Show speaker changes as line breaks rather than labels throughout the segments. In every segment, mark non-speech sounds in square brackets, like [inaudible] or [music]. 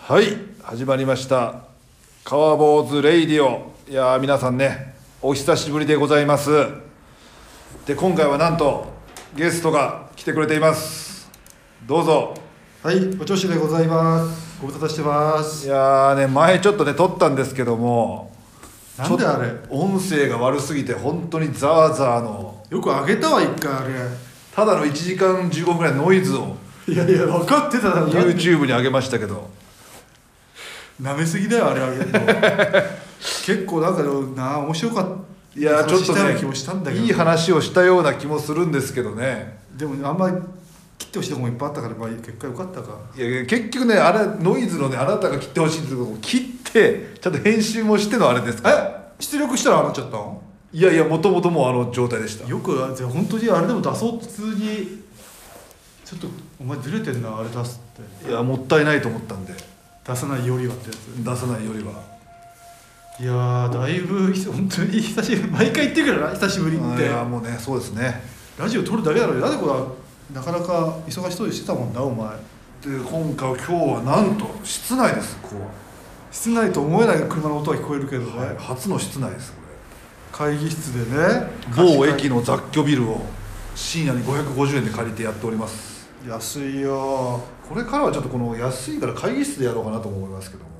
はい始まりました「カワボーズレイディオ」いやー皆さんねお久しぶりでございますで今回はなんとゲストが来てくれていますどうぞ
はい、お調子でございます。ご無沙汰してま
い
す。
やーね前ちょっとね撮ったんですけども
なんであれ
ちょっと音声が悪すぎて本当にザーザーの
よくあげたわ、一回あれ。
ただの1時間15分ぐらいのノイズを
いやいや、分かってたな。
YouTube に上げましたけど
舐めすぎだよ、あれあげるの [laughs] 結構なんかでもな、面白かった。
いやーちょっと
話したような気もしたんだ
ね
けど。
いい話をしたような気もするんですけどね
でも、あんまり切ってほしいとこもいっぱいあったから、まあ、結果良かったか。
いやいや結局ねあれノイズのねあなたが切ってほしいってところを切ってちゃんと編集もしてのあれですか
え出力したらああなっちゃったの
いやいやもともともうあの状態でした
よく、あじゃあ本当にあれでも出そう、普通に。ちょっと、お前ずれてんな、あれ出すって。
いやもったいないと思ったんで
出さないよりはってやつ。
出さないよりはい
やーだいぶひ本当に久しぶり毎回言ってるからな久しぶりっ
い
て
やもうねそうですね
ラジオ撮るだけだろなぜこれなかなか忙しそうにしてたもんなお前
で今回今日はなんと室内ですこ
室内と思えない車の音が聞こえるけど
う、
ね、
はい、初の室内ですこ
会議室でね
れ某駅
の
の雑居ビルを深夜に550円で借りてやっております
安いよ
これからはちょっとこの安いから会議室でやろうかなと思いますけども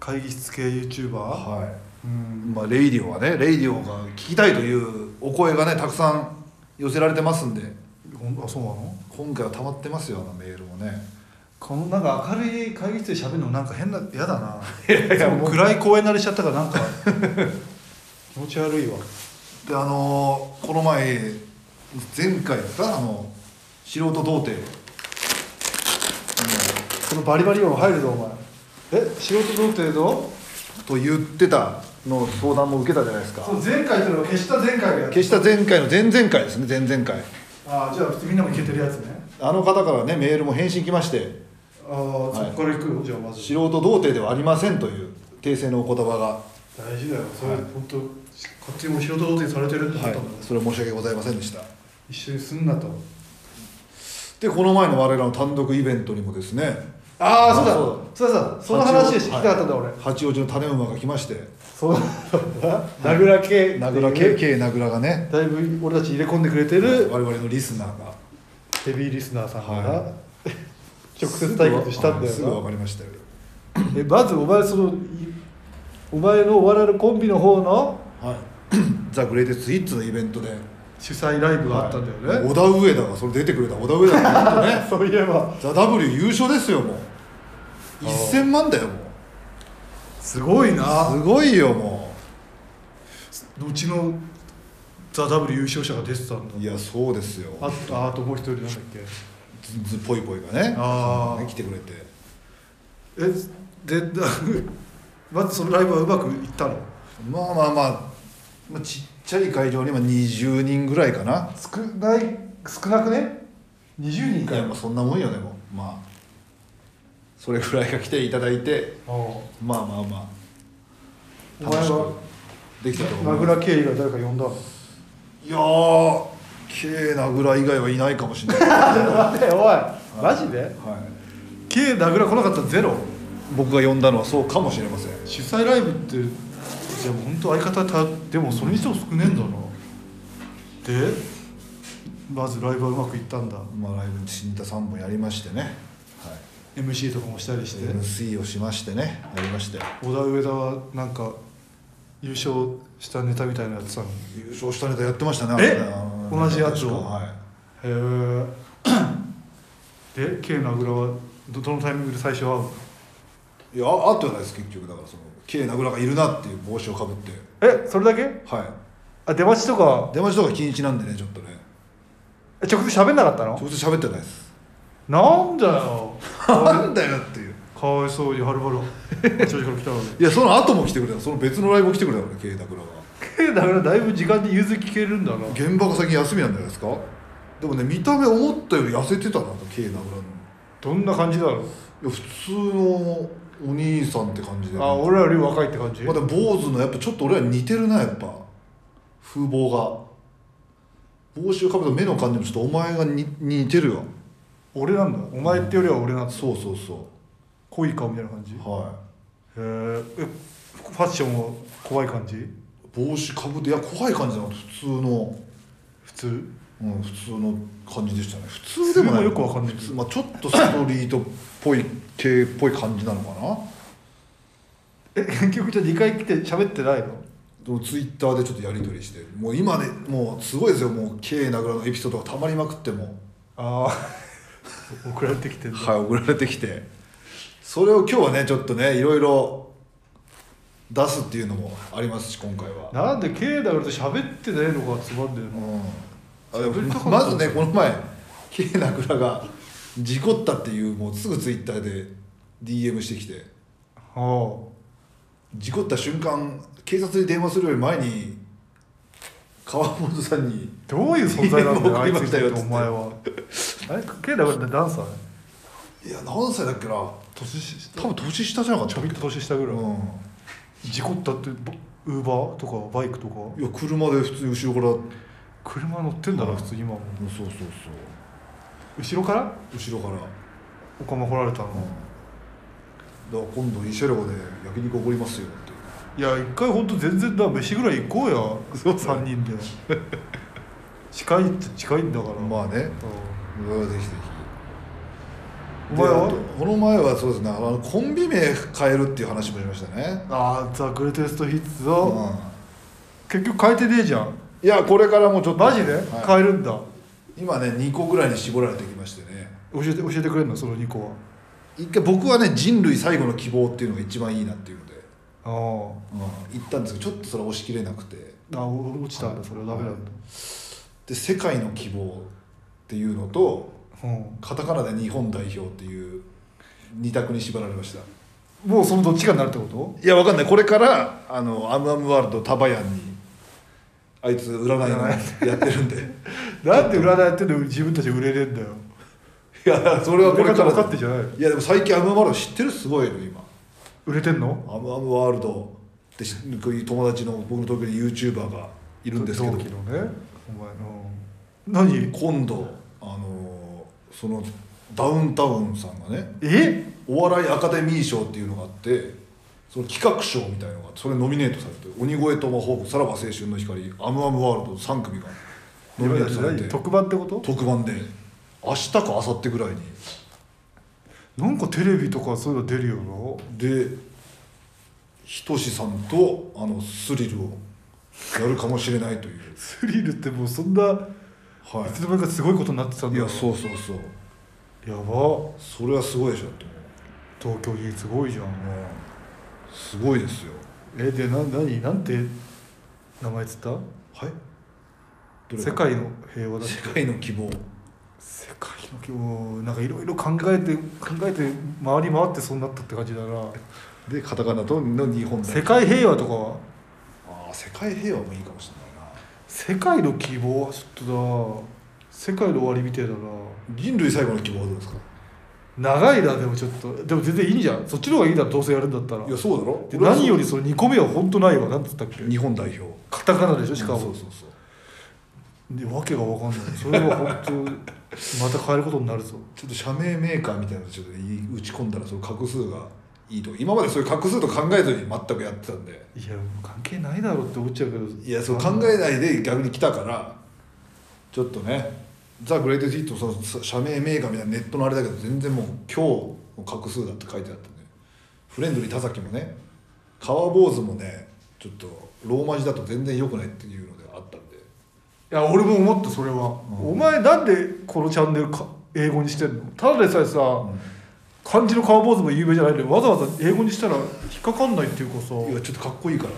会議室系 YouTuber、
はい
うん
まあ、レイディオはねレイディオが聞きたいというお声がねたくさん寄せられてますんで
ほんあそうなの
今回は溜まってますよあのメールもね
このなんか明るい会議室で喋るのなんか変な嫌だな
やいや
[laughs] いつも暗い公園慣れしちゃった [laughs] からなんか気持ち悪いわ
であのーこの前前回ですかあの素人童貞
そのバリバリ音入るぞお前え仕事童貞の
うんと言ってたの相談も受けたじゃないですか
そう前回というのは消した前回がやつ
消した前回の前々回ですね前々回
ああじゃあ普通みんなもいけてるやつね
あの方からねメールも返信来まして
ああ、そっから行くよじゃあま
「
ず
素人童貞ではありません」という訂正のお言葉が、
大事だよそれ、
はい
本当勝手にもう仕事童貞されてるって思
は
っ
い
たんだ、、
それは申し訳ございませんでした
一緒にすんなと
でこの前の我らの単独イベントにもですね
ああそうだ
あ
そうだそうだその話で聞きたかったんだ、
はい
俺
八王子の種馬が来まして
そうなんだ名倉系
名倉
ってい
家
う
系名倉がね
だいぶ俺たち入れ込んでくれて
我
る
々のリスナーが
ヘビーリスナーさんが、
は
直接対決したんだよな
すぐ分かりましたよ
えまずお前そのいお前のお笑いのコンビの方の
はい [clears throat] ザ・グレイテスト・イッツのイベントで
主催ライブがあったんだよね、
小田上田がそれ出てくれた小田上田が本当ね
そういえば
ザ・ W 優勝ですよもう
あー
1000万だよもう
すごいな
すごいよも
うちのザ・ W 優勝者が出てたんだ
ういやそうですよ
あああともう一人なんだっ [laughs] け
ずずぽいぽいがね
あー
ね来てくれて
えで [laughs] だまずそのライブはうまくいったの
まあまあまあまあちっちゃい会場に今20人ぐらいかな
少ない少なくね20人
い
か
や
よ
まあそんなもんよねもうまあそれぐらいが来ていただいて
ああお
まあまあまあ
前
楽しく
は
できたと思
名
いま
倉慶以外誰か呼んだの
すいやー K 名倉以外はいないかもしれない、は
[laughs] 待ておいマジで
い、
K 名倉来なかったらゼロ
僕が呼んだのはそうかもしれません
主催ライブってじゃあ本当相方たでもそれにしても少ねえんだなでまずライブはうまくいったんだ
まあライブに新田3本やりましてね、はい
MC とかもしたりして、
MC をしましてねやりまして
小田上田はなんか優勝したネタみたいなやつさんへ
優勝したネタやってましたね
え
あれね
同じやつを
は
え [coughs] で K 名倉はどどのタイミングで最初会うの
いいやああったじゃないです結局だからその K 名倉がいるなっていう帽子をかぶって
えそれだけ
はい
あ出待ちとか
出待ちとか禁止なんでねちょっとね
え直接喋んなかったの
直接喋ってないです
なんだ [laughs] よ
なんだよっていう
かわいそうにはるばる正直から来たのに
いやその後も来てくれたその別のライブも来てくれたから慶田倉が
だからだいぶ時間で融通聞けるんだな
現場が最近休みなんじゃないですかでもね見た目思ったより痩せてたな慶田倉の
どんな感じだろう
いや普通のお兄さんって感じで、
あ俺らより若いって感じ、
まあ、でも坊主のやっぱちょっと俺ら似てるなやっぱ風貌が帽子をかぶった目の感じもちょっとお前がに似てるわ
俺なんだお前ってよりは俺なんだ
そうそうそ
濃い顔みたいな感じへ
は
ーえファッションは怖い感じ
い帽子かぶっていや怖い感じなの普通の
普通
うん普通の感じでしたね普通でもない
普通もよくわかんないけど
普通まあ、ちょっとストリートっぽい系っぽい感じなのかな
え結局じゃあ2回来て喋ってないの
でもツイッターでちょっとやり取りしてもう今ねもうすごいですよもう K 名倉のエピソードがたまりまくっても
ああ [laughs] 送られてきてんだ
はい送られてきてそれを今日はねちょっとねいろいろ出すっていうのもありますし今回は
なんで K だからと喋ってないのがつまんね
うん、あでもまずねこの前 K 名倉が事故ったっていうもうすぐツイッターで DM してきて
えの
事故った瞬間警察に電話するより前に川本さんに
ああどういう存在なんだ [laughs]
僕
よあいつ
今
に
来
と
たよ
っ
ってつ
お
って
前はあれ K だからって何歳
「いや何歳だっけな
年下
多分年下じゃなかった
ちょ
っけ
びっと年下ぐらい、
う
事故ったってぼウーバーとかバイクとか
ん、いや車で普通に後ろからも
車乗ってんだな
うん
普通今も
うそうそう
後ろから
そう後ろから、うん、だか
お釜掘られたの、
ら今度イシェロで焼肉おごりますよって
いや一回ほんと全然だ飯ぐらい行こうや
そうだ
3人で [laughs] 近いって近いんだから、
まあね
う
うわぜひぜひ
んお前
で
は
あとこの前はそうですねあのコンビ名変えるっていう話もしましたね、
ああザ・グレテストヒッツ
う
を、
ん、
結局変えてねえじゃん
いやこれからもちょっと
マジで、
はい
変えるんだ
今ね2個ぐらいに絞られてきましてね
教えて教えてくれるのその2個は
一回僕はね人類最後の希望っていうのが一番いいなっていうので、
ああ
うん、言ったんですけどちょっとそれ押し切れなくて
あ落ちたんだ、
はい
それはダメなんだ、
で「世界の希望」っていうのと
うん
カタカナで「日本代表」っていう二択に縛られました
もうそのどっちかになるってこと
いやわかんないこれからあのアムアムワールドタバヤンにあいつ占いのやってるんで
なんで占いやってんのに自分たち売れねえんだよ
いやそれはこれから
分かってんじゃないの
いやでも最近アムアムワールド知ってるすごいの今
売れてんの
アムアムワールドってしこういう友達の僕の東京に YouTuber がいるんですけど
同期のねお前の何
今度あのーそのダウンタウンさんがね
え
お笑いアカデミー賞っていうのがあってその企画賞みたいのがそれノミネートされて「鬼越トマホークさらば青春の光アムアムワールド」3組がノミネートされ
何
て
特番ってこと
特番で明日か明後日ぐらいに
なんかテレビとかそういうの出るよな
でひとしさんとあのスリルをやるかもしれないという
スリルってもうそんな
はい
つの間にかすごいことになってたん
い
だ
いや
う
そうそうそう
やば
それはすごいでしょって思う
東京にすごいじゃん
うんすごいですよ
えでな何なんて名前つった
はいどれ
世界の平和だっけ
世界の希望
世界の今日なんかいろいろ考えて考えて回り回ってそうなったって感じだな
でカタカナとの日本代表
世界平和とかは
ああ世界平和もいいかもしれないな
世界の希望はちょっとな世界の終わりみたいだな
人類最後の希望はどうですか
長いなでもちょっとでも全然いいんじゃんそっちの方がいいだろどうせやるんだったら
いやそうだろ
で何よ
り
りその2個目は本当ないわなんつったっけ
日本代表
カタカナでしょしかも、
そうそうそう
でわけが分かんないそれは本当また変えることになるぞ
ちょっと社名メーカーみたいなのちょっとい打ち込んだらその画数がいいと今までそういう画数と考えずに全くやってたんで
いや関係ないだろうって思っちゃうけど
いやそう考えないで逆に来たからちょっとねザ・グレイテストヒットのその社名メーカーみたいなネットのあれだけど全然もう今日の画数だって書いてあったねフレンドリー田崎もね川坊主もねちょっとローマ字だと全然良くないっていうのであったんで
いや俺も思ったそれは、
うん
お前なんでこのチャンネルか英語にしてんのただでさえさ、漢字のカウボーイズも有名じゃないのにわざわざ英語にしたら引っかかんないっていうかさ
いやちょっとかっこいいから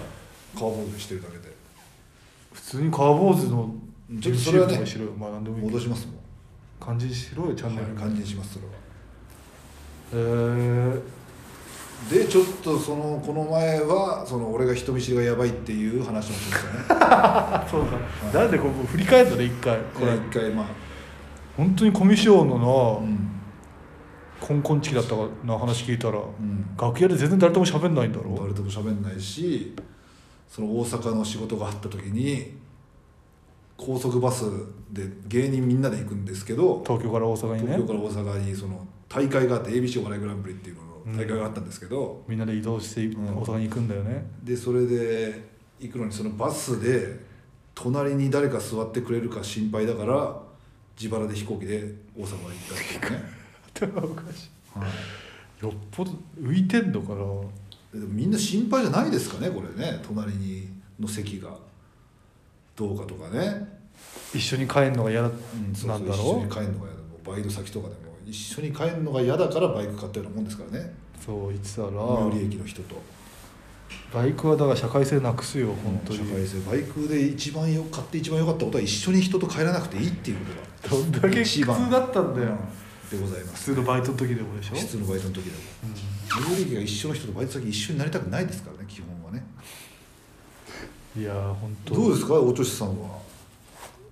川坊主にしてるだけで
普通にカウボーイズの
うんちょっとそれはね
YouTube とかしろよまあ何でもいいけど
戻しますもん
漢字にしろよチャンネル
はい感じにしますそれは。
へえ
でちょっとそのこの前はその俺が人見知りがやばいっていう話もしましたね
あそうだなんでこれもう振り返ったね一回
こ
こ
れ
れ
一回ま
本当にコミュ障
あう
のな、
ん
コンコンチキだったかな話聞いたら、
うん
楽屋で全然誰とも喋んないんだろ
誰とも喋んないしその大阪の仕事があった時に高速バスで芸人みんなで行くんですけど
東京から大阪にね
東京から大阪にその大会があって ABC お笑いグランプリっていうのの
大会があったんですけど、
みんなで移動して
ん
大阪に行くんだよね、
でそれで行くのにそのバスで隣に誰か座ってくれるか心配だから自腹で飛行機で大阪に行ったっていうね、
頭おかし
はい
いよっぽど浮いてんのかな
でもみんな心配じゃないですかねこれね隣にの席がどうかとかね、
一緒に帰るのが嫌だ
うん、そう
な
そ
ん
う
だ
一緒
ろ
に帰るのが嫌だもうバイト先とかでも一緒に帰るのが嫌だからバイク買ったようなもんですからね
うそう言ってたら
最寄り駅の人と
バイクはだから社会性なくすよ本当に
社会性バイクで一番よ買って一番良かったことは一緒に人と帰らなくていいっていうことが
どんだけ苦痛だったんだよ
でございま
普
す
通のバイトの時でもでしょ
普通のバイトの時でも最寄り駅が一緒の人とバイト先一緒になりたくないですからね基本はね
いやー本当
どうですかお調子さんは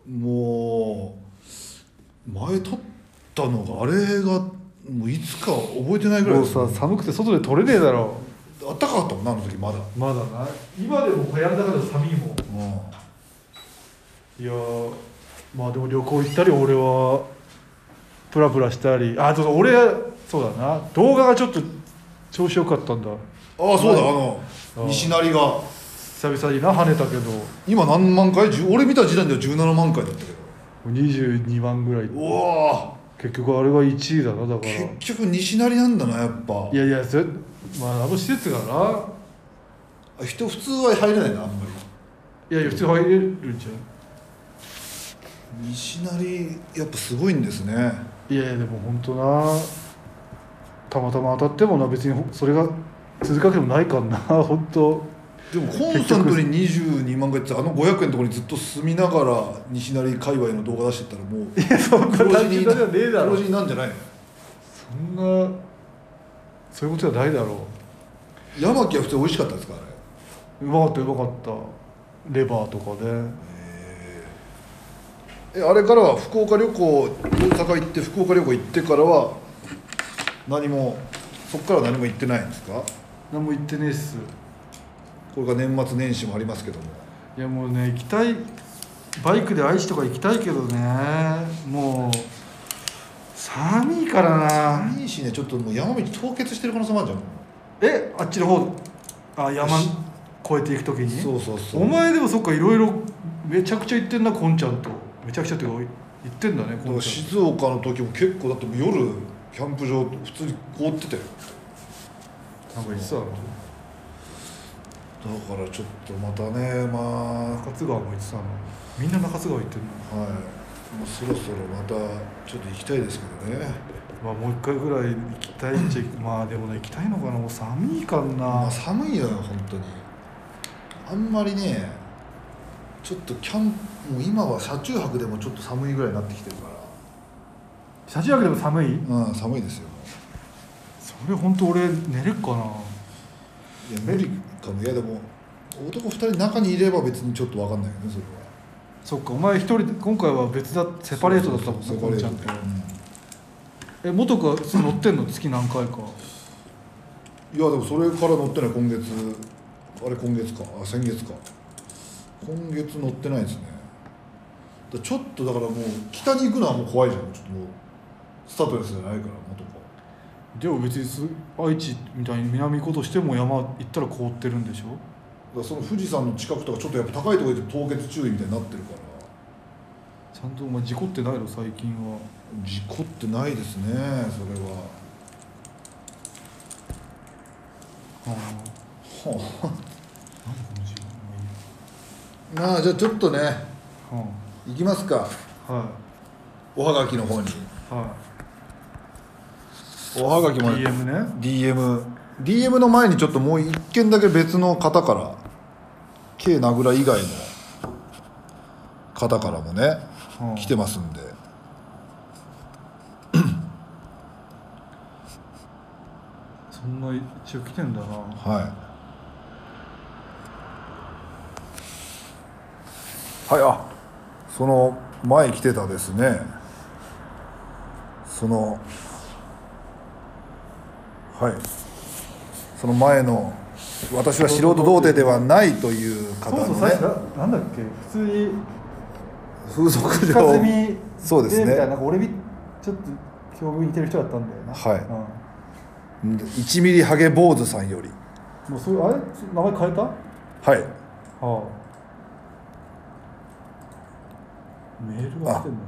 もう前撮ったのがあれがもういつか覚えてないぐらいで
もう
す
さ寒くて外で取れねえだろ
あったかかったもんなあの時まだ、うん、
まだな今でも部屋の中で寒いもんいやーまあでも旅行行ったり俺はプラプラしたりあそうそう俺そうだな動画がちょっと調子良かったんだ
ああそうだあの
うん
西成が
久々にな跳ねたけど
今何万回10俺見た時点では17万回だったけ
22万ぐらい
どうわ
結局あれが1位だなだから
ー結局西成なんだなやっぱ
いやいやそれ、まあ、あの施設がな
あ人普通は入れないなあんま
いやいや普通入れるんじ
り西成やっぱすごいんですね
ゃんいやいやでも本当なたまたま当たってもな別にほそれが続くわけでもないからな [laughs] 本当
でもコンスタントに22万回ってあの500円のところにずっと住みながら西成界隈の動画出してったらもう
いやそんな
黒字
単純
に
じゃねえだろ
黒字になんじゃないの
そんなそういうことじゃないだろ
山木は普通美味しかったですかあれ
ううまかったうまかったレバーとかで
えあれからは福岡旅行大阪行って福岡旅行行ってからは何もそっからは何も行ってないんですか
何も言ってねえっす
これが年末年始もありますけども
いやもうね行きたいバイクで愛知とか行きたいけどねもう寒いからな
寒いしねちょっともう山道凍結してる可能性もあるじ
えあっちの方あ山
し
越えていく時
ゃん
に
そうそうそう
お前でもそっかいろいろめちゃくちゃ行ってんなこんちゃんとめちゃくちゃっていうか行ってんだね
だ
こ
か
ん
ら
ち
静岡の時も結構だってもう夜キャンプ場普通に凍ってたよ
ゃんなんか言ってたな
だからちょっとまたねまあ
中津川も行ってたなみんな中津川行ってんの
はいもうそろそろまたちょっと行きたいですけどね
まあ、もう一回ぐらい行きたいっ
[laughs]
ちゃまあでもね行きたいのかなもう寒いかん
ま
な
あ寒いのよ本当にあんまりねちょっとキャンもう今は車中泊でもちょっと寒いぐらいになってきてるか
車中泊でも寒い
らうん寒いですよ
それ本当俺寝れっかない
やメリカもいやでも男2人中にいれば別にちょっと分かんないけどねそれは
そっかお前一人で今回は別だセパレートだったもんね
そう
こ
そう
の
セ
ち
パ
ゃ
レ
ん
ート
とえ元くは普通に乗ってんの月何回か
うんいやでもそれから乗ってない今月あれ今月かあ先月か今月乗ってないですねだちょっとだからもう北に行くのはもう怖いじゃんちょっともうスタートレスじゃないから元か
でも別にす愛知みたいに南行こうとしても山行ったら凍ってるんでし
だ
ょ
からその富士山の近くとかちょっとやっぱ高いところで凍結注意みたいになってるから
ちゃんとお前事故ってないの最近は
事故ってないですねそれは
ああ
は
何この時間ま
あ
あいい
まあじゃあちょっとね
や
行きますか
は
おはがきの方に
いは
おはがきも
い DM ね
DMDM の前にちょっともう一件だけ別の方から K 名倉以外の方からもね
うん
来てますんで、
そんな一応来てんだな
はい。はい、あ、その前来てたですね。その。はい。その前の。私は素人童貞ではないという方
そう
の
そう最
ね
初。ななんだっけ普通に
風俗
深
嬢
積み
そうですね
みたいななんか俺みちょっと境遇に似てる人だったんだよな
はい
うん
1ミリハゲ坊主さんより
もうそれあれ名前変えたは
はい
あメールは来てんだね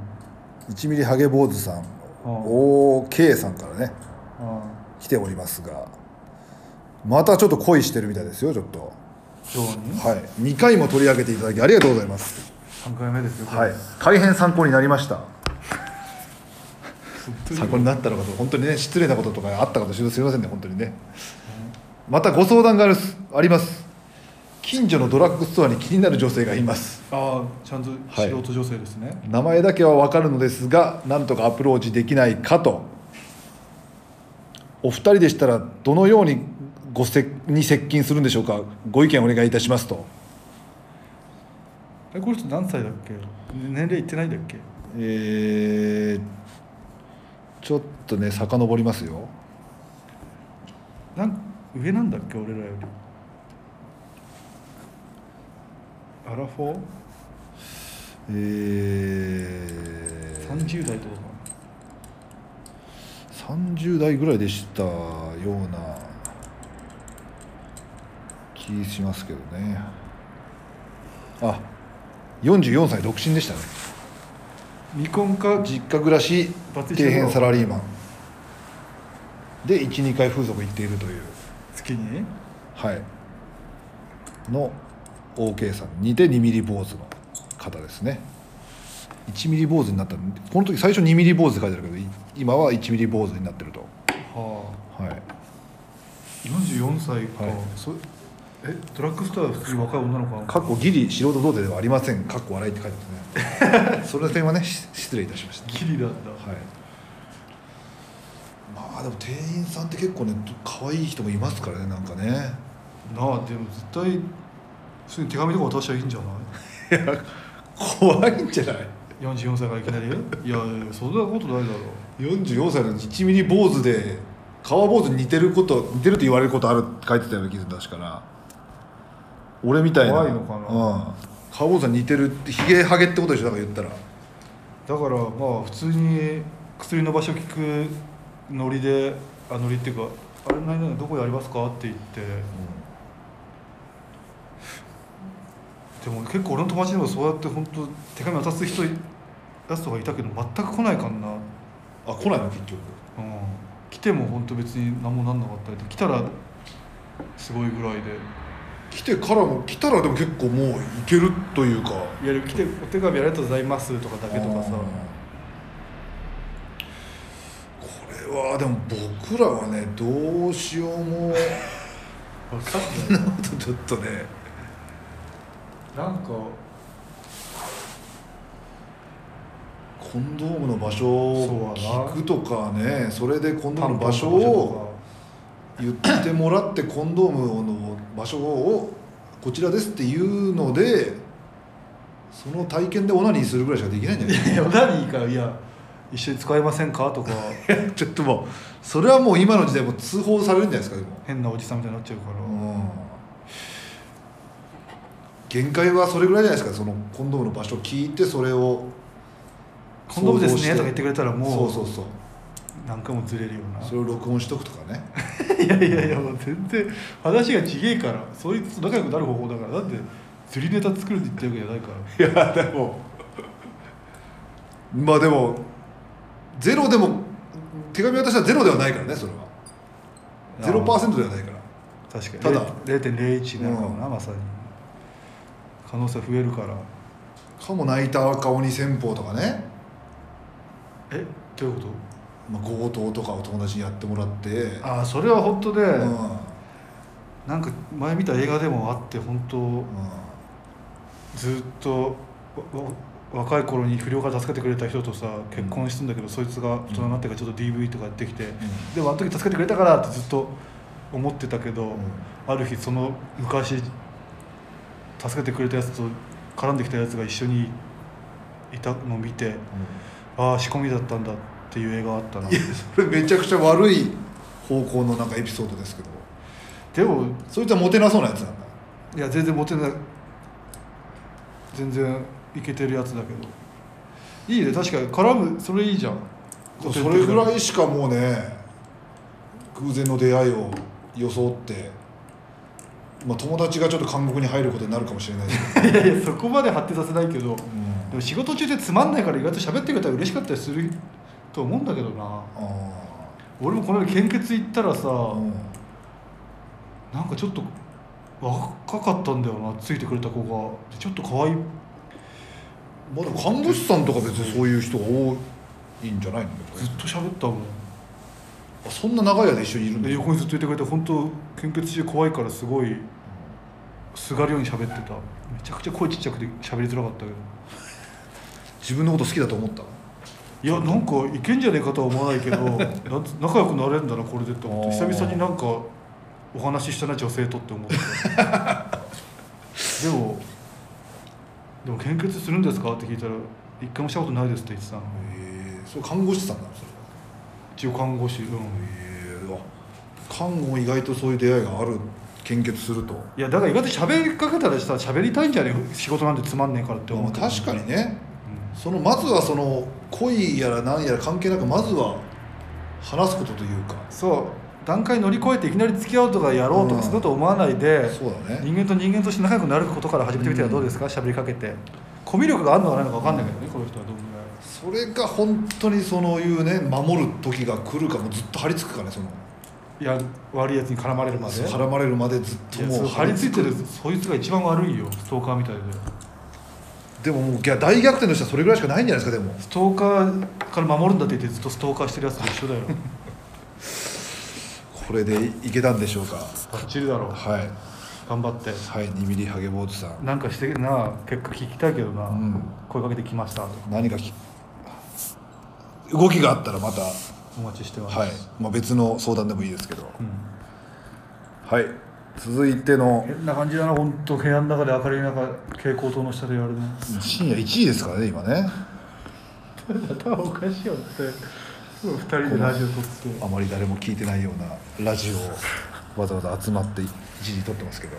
1ミリハゲ坊主さん
うん
OK さんからね
あ
来ておりますがまたちょっと恋してるみたいですよちょっと
今日に
はい2回も取り上げていただきありがとうございます
3回目ですよこれ
はい大変参考になりました参考になったのかと本当にね失礼なこととかあったかとすみませんね本当にねまたご相談があるすあります近所のドラッグストアに気になる女性がいます
ああちゃんと素人女性ですね、
名前だけは分かるのですがなんとかアプローチできないかとお二人でしたらどのようにごせに接近するんでしょうかご意見お願いいたしますと、
えこの人何歳だっけ年齢いってないんだっけ
えーちょっとね遡りますよ
なん上なんだっけ俺らよりアラフォー
えー
30代ってこ
30代ぐらいでしたような気しますけどねあ44歳独身でしたね
と未婚か
実家暮らし
バツイチ
底
の頃
辺サラリーマンで12回風俗行っているという
月に
はいの OK さんにて2ミリ坊主の方ですね1ミリ坊主になったこの時最初2ミリ坊主って書いてあるけどい今は1ミリ坊主になってると
はあ
はい
44歳か、
はい
そえドラッグストアは普通に若い女の子なの
かっこギリ素人童貞ではありませんかっこ笑いって書いてますねそれの点はねし失礼いたしました
ギリなんだ
はいまあでも店員さんって結構ね可愛い人もいますからねなんかね
なあでも絶対普通に手紙とか渡したらいいんじゃない
怖いんじゃない
44歳からいきなりいやいやそんなことないだろ
44歳の1ミリ坊主で川坊主に似てること似てるって言われることあるって書いてたような気がする確かな俺みたいな
怖いのかな
うん、川坊主に似てるってひげはげってことでしょだから言ったら
だからまあ普通に薬の場所聞くノリであノリっていうか「あれ何々どこでありますか?」って言ってでも結構俺の友達でもそうやって本当手紙渡す人やつとかいたけど全く来ないかんな、うん、
あ来ないの結局
来ても本当別に何もなんなかったり来たらすごいぐらいで
来てからも来たらでも結構もういけるというか
いや来てお手紙ありがとうございますとかだけとかさ
これはでも僕らはねどうしようも [laughs]
分かんない
ちょっとね
なん [laughs] か
コンドームの場所を
そうやな
聞くとかねそれでコンドームの場所
担保の
を言ってもらってコンドームの場所をこちらですっていうのでその体験でオナニーするぐらいしかできないんじゃ [laughs] ない
いや何かいや一緒に使いませんかとか
ちょっともうそれはもう今の時代もう通報されるんじゃないですかでも
変なおじさんみたいになっちゃうから、
うん限界はそれぐらいじゃないですかそのコンドームの場所を聞いてそれを
コンドームですねとか言って
く
くれたらもう
そうそうそう
何回もずれるような
それを録音しとくとかね
[laughs] いやいやいやもう全然話がちげえからそいつと仲良くなる方法だからだって釣りネタ作るって言ってるわけじゃない
い
か
やでもまあでもゼロでも手紙渡したらゼロではないからねそれはゼロパーセントではないから
ら確
た
かに
だ
0.01になるかもな、まさに可能性増えるから
かも泣いた顔に戦法とかね、
えどういうこ
まあ、強盗とかを友達にやってもらって
とああそれは本当で、
うんうん
なんか前見た映画でもあって本当ずっとわわ若い頃に不良から助けてくれた人とさ結婚してんだけど、そいつが大人になってからちょっと DV とかやってきて、でもあの時助けてくれたからってずっと思ってたけど、
ん
ある日その昔助けてくれたやつと絡んできたやつが一緒にいたのを見てああ仕込みだったんだっていう映画あったない
やそれめちゃくちゃ悪い方向のなんかエピソードですけど
でも
そいつはモテなそうなやつなんだ
いや全然モテない全然いけてるやつだけどいいね確かに絡むそれいいじゃん
それぐらいしかもうね偶然の出会いを装って、まあ、友達がちょっと監獄に入ることになるかもしれないですけ
いやいやそこまで発展させないけど
ど、うん
でも仕事中でつまんないから意外と喋ってくれたら嬉しかったりすると思うんだけどな
あ
俺もこの間献血行ったらさ、
あ、うん、
なんかちょっと若かったんだよなついてくれた子がちょっと可愛い
まあでも看護師さんとか別にそういう人が多いんじゃないのやっぱ
ずっ
り
と喋ったもん
あそんな長い間一緒にいるんだ
で横にずっといてくれて本当献血中怖いからすごいすがるように喋ってためちゃくちゃ声ちっちゃくて喋りづらかったけど
自分のこと好きだと思った
いやなんかいけんじゃねえかとは思わない
[laughs]
けどなんつ仲良くなれるんだなこれでって思って
あー
久々になんかお話ししたな女性とって思ってでも「でも献血するんですか?」って聞いたら「一回もしたことないです」って言ってたの
ええそれ看護師さんなのそれは
一応看護師うん
ええあ看護も意外とそういう出会いがある献血すると
いやだから意外と喋りかけたらしたら喋りたいんじゃねえ仕事なんてつまんねえからって思
ま
う
あ
けど、
確かにねそのまずはその恋やら何やら関係なくまずは話すことというか
そう段階乗り越えていきなり付き合うとかやろうとかすると思わないで、
そうだね
人間と人間として仲良くなることから始めてみてはどうですか喋りかけてコミュ力があるのかないのか分かんないけどねこの人はどんぐらい
それが本当にそのいうね守る時が来るかもうずっと張り付くかねその
いや悪いやつに絡まれるまでい
絡まれるまでずっと
や
も
そうう張り付いてるそいつが一番悪いよストーカーみたいで
でももういや大逆転の人はそれぐらいしかないんじゃないですかでも
ストーカーから守るんだって言ってずっとストーカーしてるやつと一緒だよ
これでいけたんでしょうか
[laughs] バッチリだろ
はい
頑張って
はい2ミリハゲ坊主さん
なんかしてな結果聞きたいけどな、
ん
声かけてきましたと
何かき動きがあったらまたは
お待ちしてます、
い、まあ、別の相談でもいいですけど
うん
はい続いての
変な感じだな本当部屋の中で明るい中蛍光灯の下でやるね
深夜1位ですからね今ね
頭おかしいよって2人でラジオ撮って
あまり誰も聞いてないようなラジオをわざわざ集まって一時撮ってますけど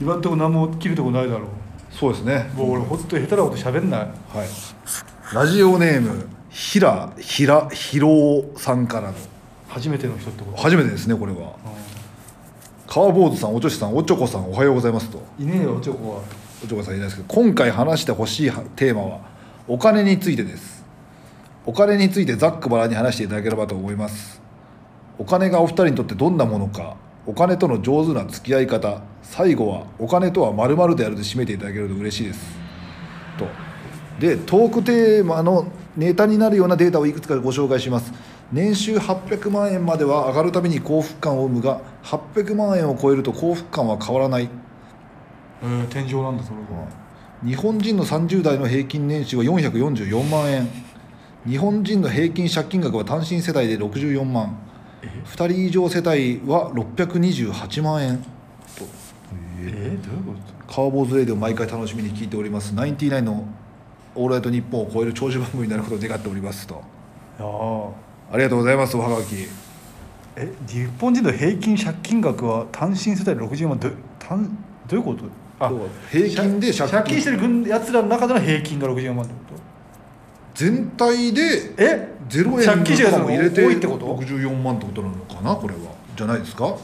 今んとこ何も切るとこないだろ
そうですね
うもう俺ほんと下手なこと喋んない
はいラジオネームひらひらひろおさんからの
初めての人ってこと、
初めてですねこれは川坊主さんおちょしさんおちょこさんおはようございますと
うんいねえよチョコは
お嬢さんいないですけど今回話してほしいテーマはお金についてですお金についてざっくばらんに話していただければと思いますお金がお二人にとってどんなものかお金との上手な付き合い方最後はお金とはまるであるで締めていただけると嬉しいですとでトークテーマのネタになるようなデータをいくつかご紹介します年収800万円までは上がるために幸福感を生むが800万円を超えると幸福感は変わらない
えー、天井なんだそれが、
日本人の30代の平均年収は444万円日本人の平均借金額は単身世帯で64万2人以上世帯は628万円と
えー、どういうこ
カーボーズレイディを毎回楽しみに聞いておりますナインティナインの「オールナイトニッポン」を超える長寿番組になることを願っておりますと
と
ありがとうございますおはがき
いやーえ日本人の平均借金額は単身世帯60万ど単どういうことあ
そう平均で借金
借金してる軍やつらの中での平均が64万ってこと
全体で
え
ゼロ円
借金して
と
るやつ
か
の
も
方
入
が
れて
多いってこと
64万ってことなのかなこれはじゃないですか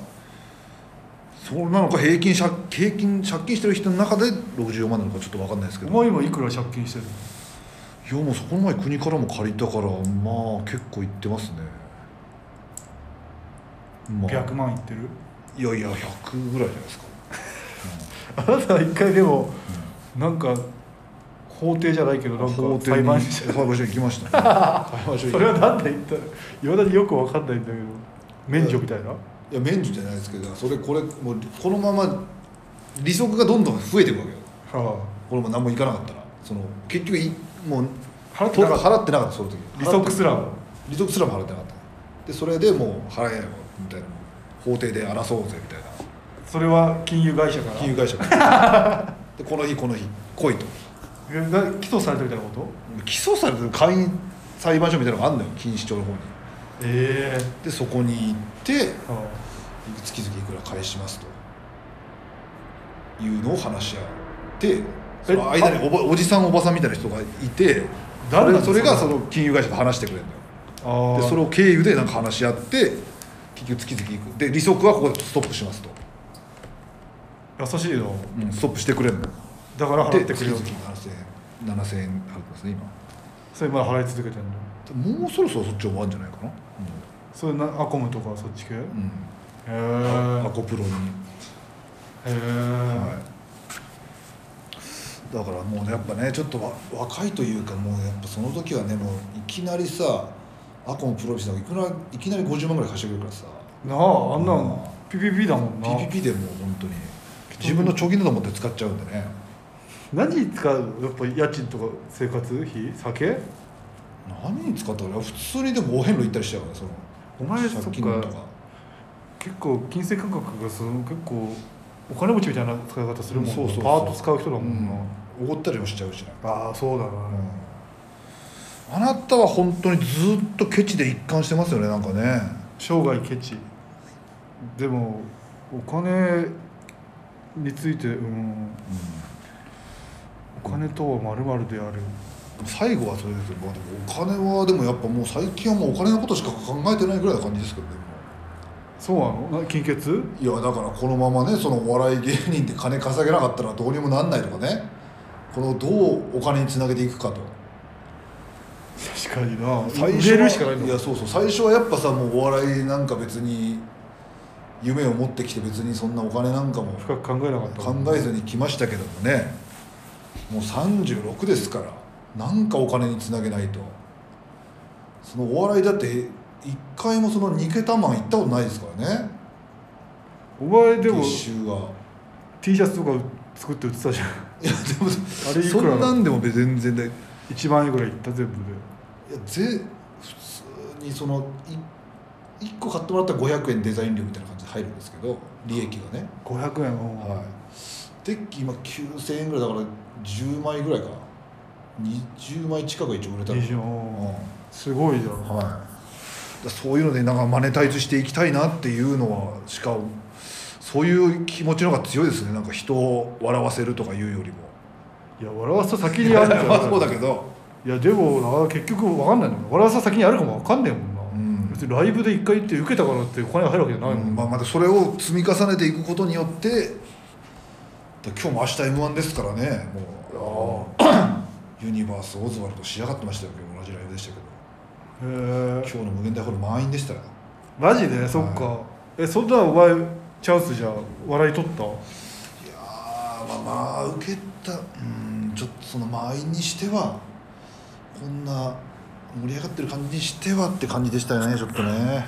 そうなのか平均借平均借金してる人の中で64万なのかちょっと分かんないですけ
お
どい
前今いくら借金してるの
やもうそこの前国からも借りたからまあ結構いってますね、まあ、
100万いってる
いやいや100ぐらいじゃないですか
あなたは一回でも、なんか法廷じゃないけどなん
法
か
廷
裁判
に
所
裁判所行きま
[laughs]
したね裁判所行
それは
き
何で言ったのいまだによくわかんないんだけど免除みたいな、
いや免除じゃないですけどそれこれもうこのまま利息がどんどん増えていくわけよ
は
これも何も行かなかったらその結局いもう
払ってなかった
払ってなかったその時
あ、利息すら
払って
も
利息すらも払ってなかったでそれでもう払えよみたいな法廷で争おうぜみたいな
それは金融会社から
金融会社
[laughs]
がでこの日この日来いと
えな起訴されたみたいなこと
起訴されてる会員裁判所みたいなのがあるのよ錦糸町の方に
ええ
でそこに行って
は
月々いくら返しますというのを話し合ってその間におばおじさんおばさんみたいな人がいて
誰なんです
そ
か
れそれがその金融会社と話してくれるのよ
ああ
でそれを経由でなんか話し合って結局月々行くで利息はここでストップしますと、
優しいの
うん、ストップしてくれるの
だから払
で
って
月
くれよ
々7000円7000円払ってますね
それまだ払い続けてんの
今もうそろそろそっち終わるんじゃないかな
それなアコムとかそっち系へ
うん、
え
うん、ア
へ
コプロに、
え
はい、だからもうねやっぱねちょっとわ若いというかもうやっぱその時はねもういきなりさアコもプロビスなんかいくらいきなり50万ぐらい貸してくれるからさ
なああんなのピピピだもんな
PPP でもう本当に自分の貯金だと思って使っちゃうんでね
何に使うやっぱ家賃とか生活費酒
何に使ったの普通にでもお遍路行ったりしちゃうからねその
お前そっ
借金と
か
か
結構金銭感覚がその結構お金持ちみたいな使い方するもんな
そうそうそう
パーッと使う人だもんな、
おごったりもしちゃうしね、
ああそうだな、
あなたは本当にずっとケチで一貫してますよねなんかね
生涯ケチでもお金についてうん、お金とはまるまるである
最後はそれですよ、まあ、でもお金はでもやっぱもう最近はもうお金のことしか考えてないぐらいな感じですけどね
そうなのな金欠
いやだからこのままねそのお笑い芸人で金稼げなかったらどうにもなんないとかねこのどうお金につなげていくかと
確かにな
最
売
初は
れるしかないの
いやそうそう最初はやっぱさもうお笑いなんか別に夢を持ってきて別にそんなお金なんかも
深く考えなかった
考えずに来ましたけどもねもう36ですからなんかお金につなげないとそのお笑いだって一回もその2桁マン行ったことないですからね
お前でも
月収は
T シャツとか作って売ってたじゃん
いやでも
あれいく
そ
らなの
んなんでも別に全然でい
1万円ぐらいいった全部で
やぜ普通にそのい1個買ってもらったら500円デザイン料みたいな感じで入るんですけど利益がね
500円を、
はいで今9000円ぐらいだから10枚ぐらいか20枚近く一応売れたの
いいじゃん
うん
すごいじゃん、
はい、そういうのでなんかマネタイズしていきたいなっていうのはしかそういう気持ちの方が強いですねなんか人を笑わせるとかいうよりも
い、や笑わせた先にあるんじゃな
[laughs]
い
そうだけど
いやでもな結局分かんないんだよな笑わせた先にあるかも分かんないもんな、
ん
別にライブで一回行って受けたからってお金が入るわけじゃないもん、
まあ、またそれを積み重ねていくことによってだ今日も明日 m 1ですからねもう [clears throat] ユニバースオズワルドしやがってましたよ今日同じライブでしたけど
へえ
今日の無限大ホール満員でしたよ
マジでそっか、えそんなお前チャンスじゃ笑い取った
いやーまあまあ受けたうんちょっとその満員にしてはこんな盛り上がってる感じにしてはって感じでしたよねちょっとね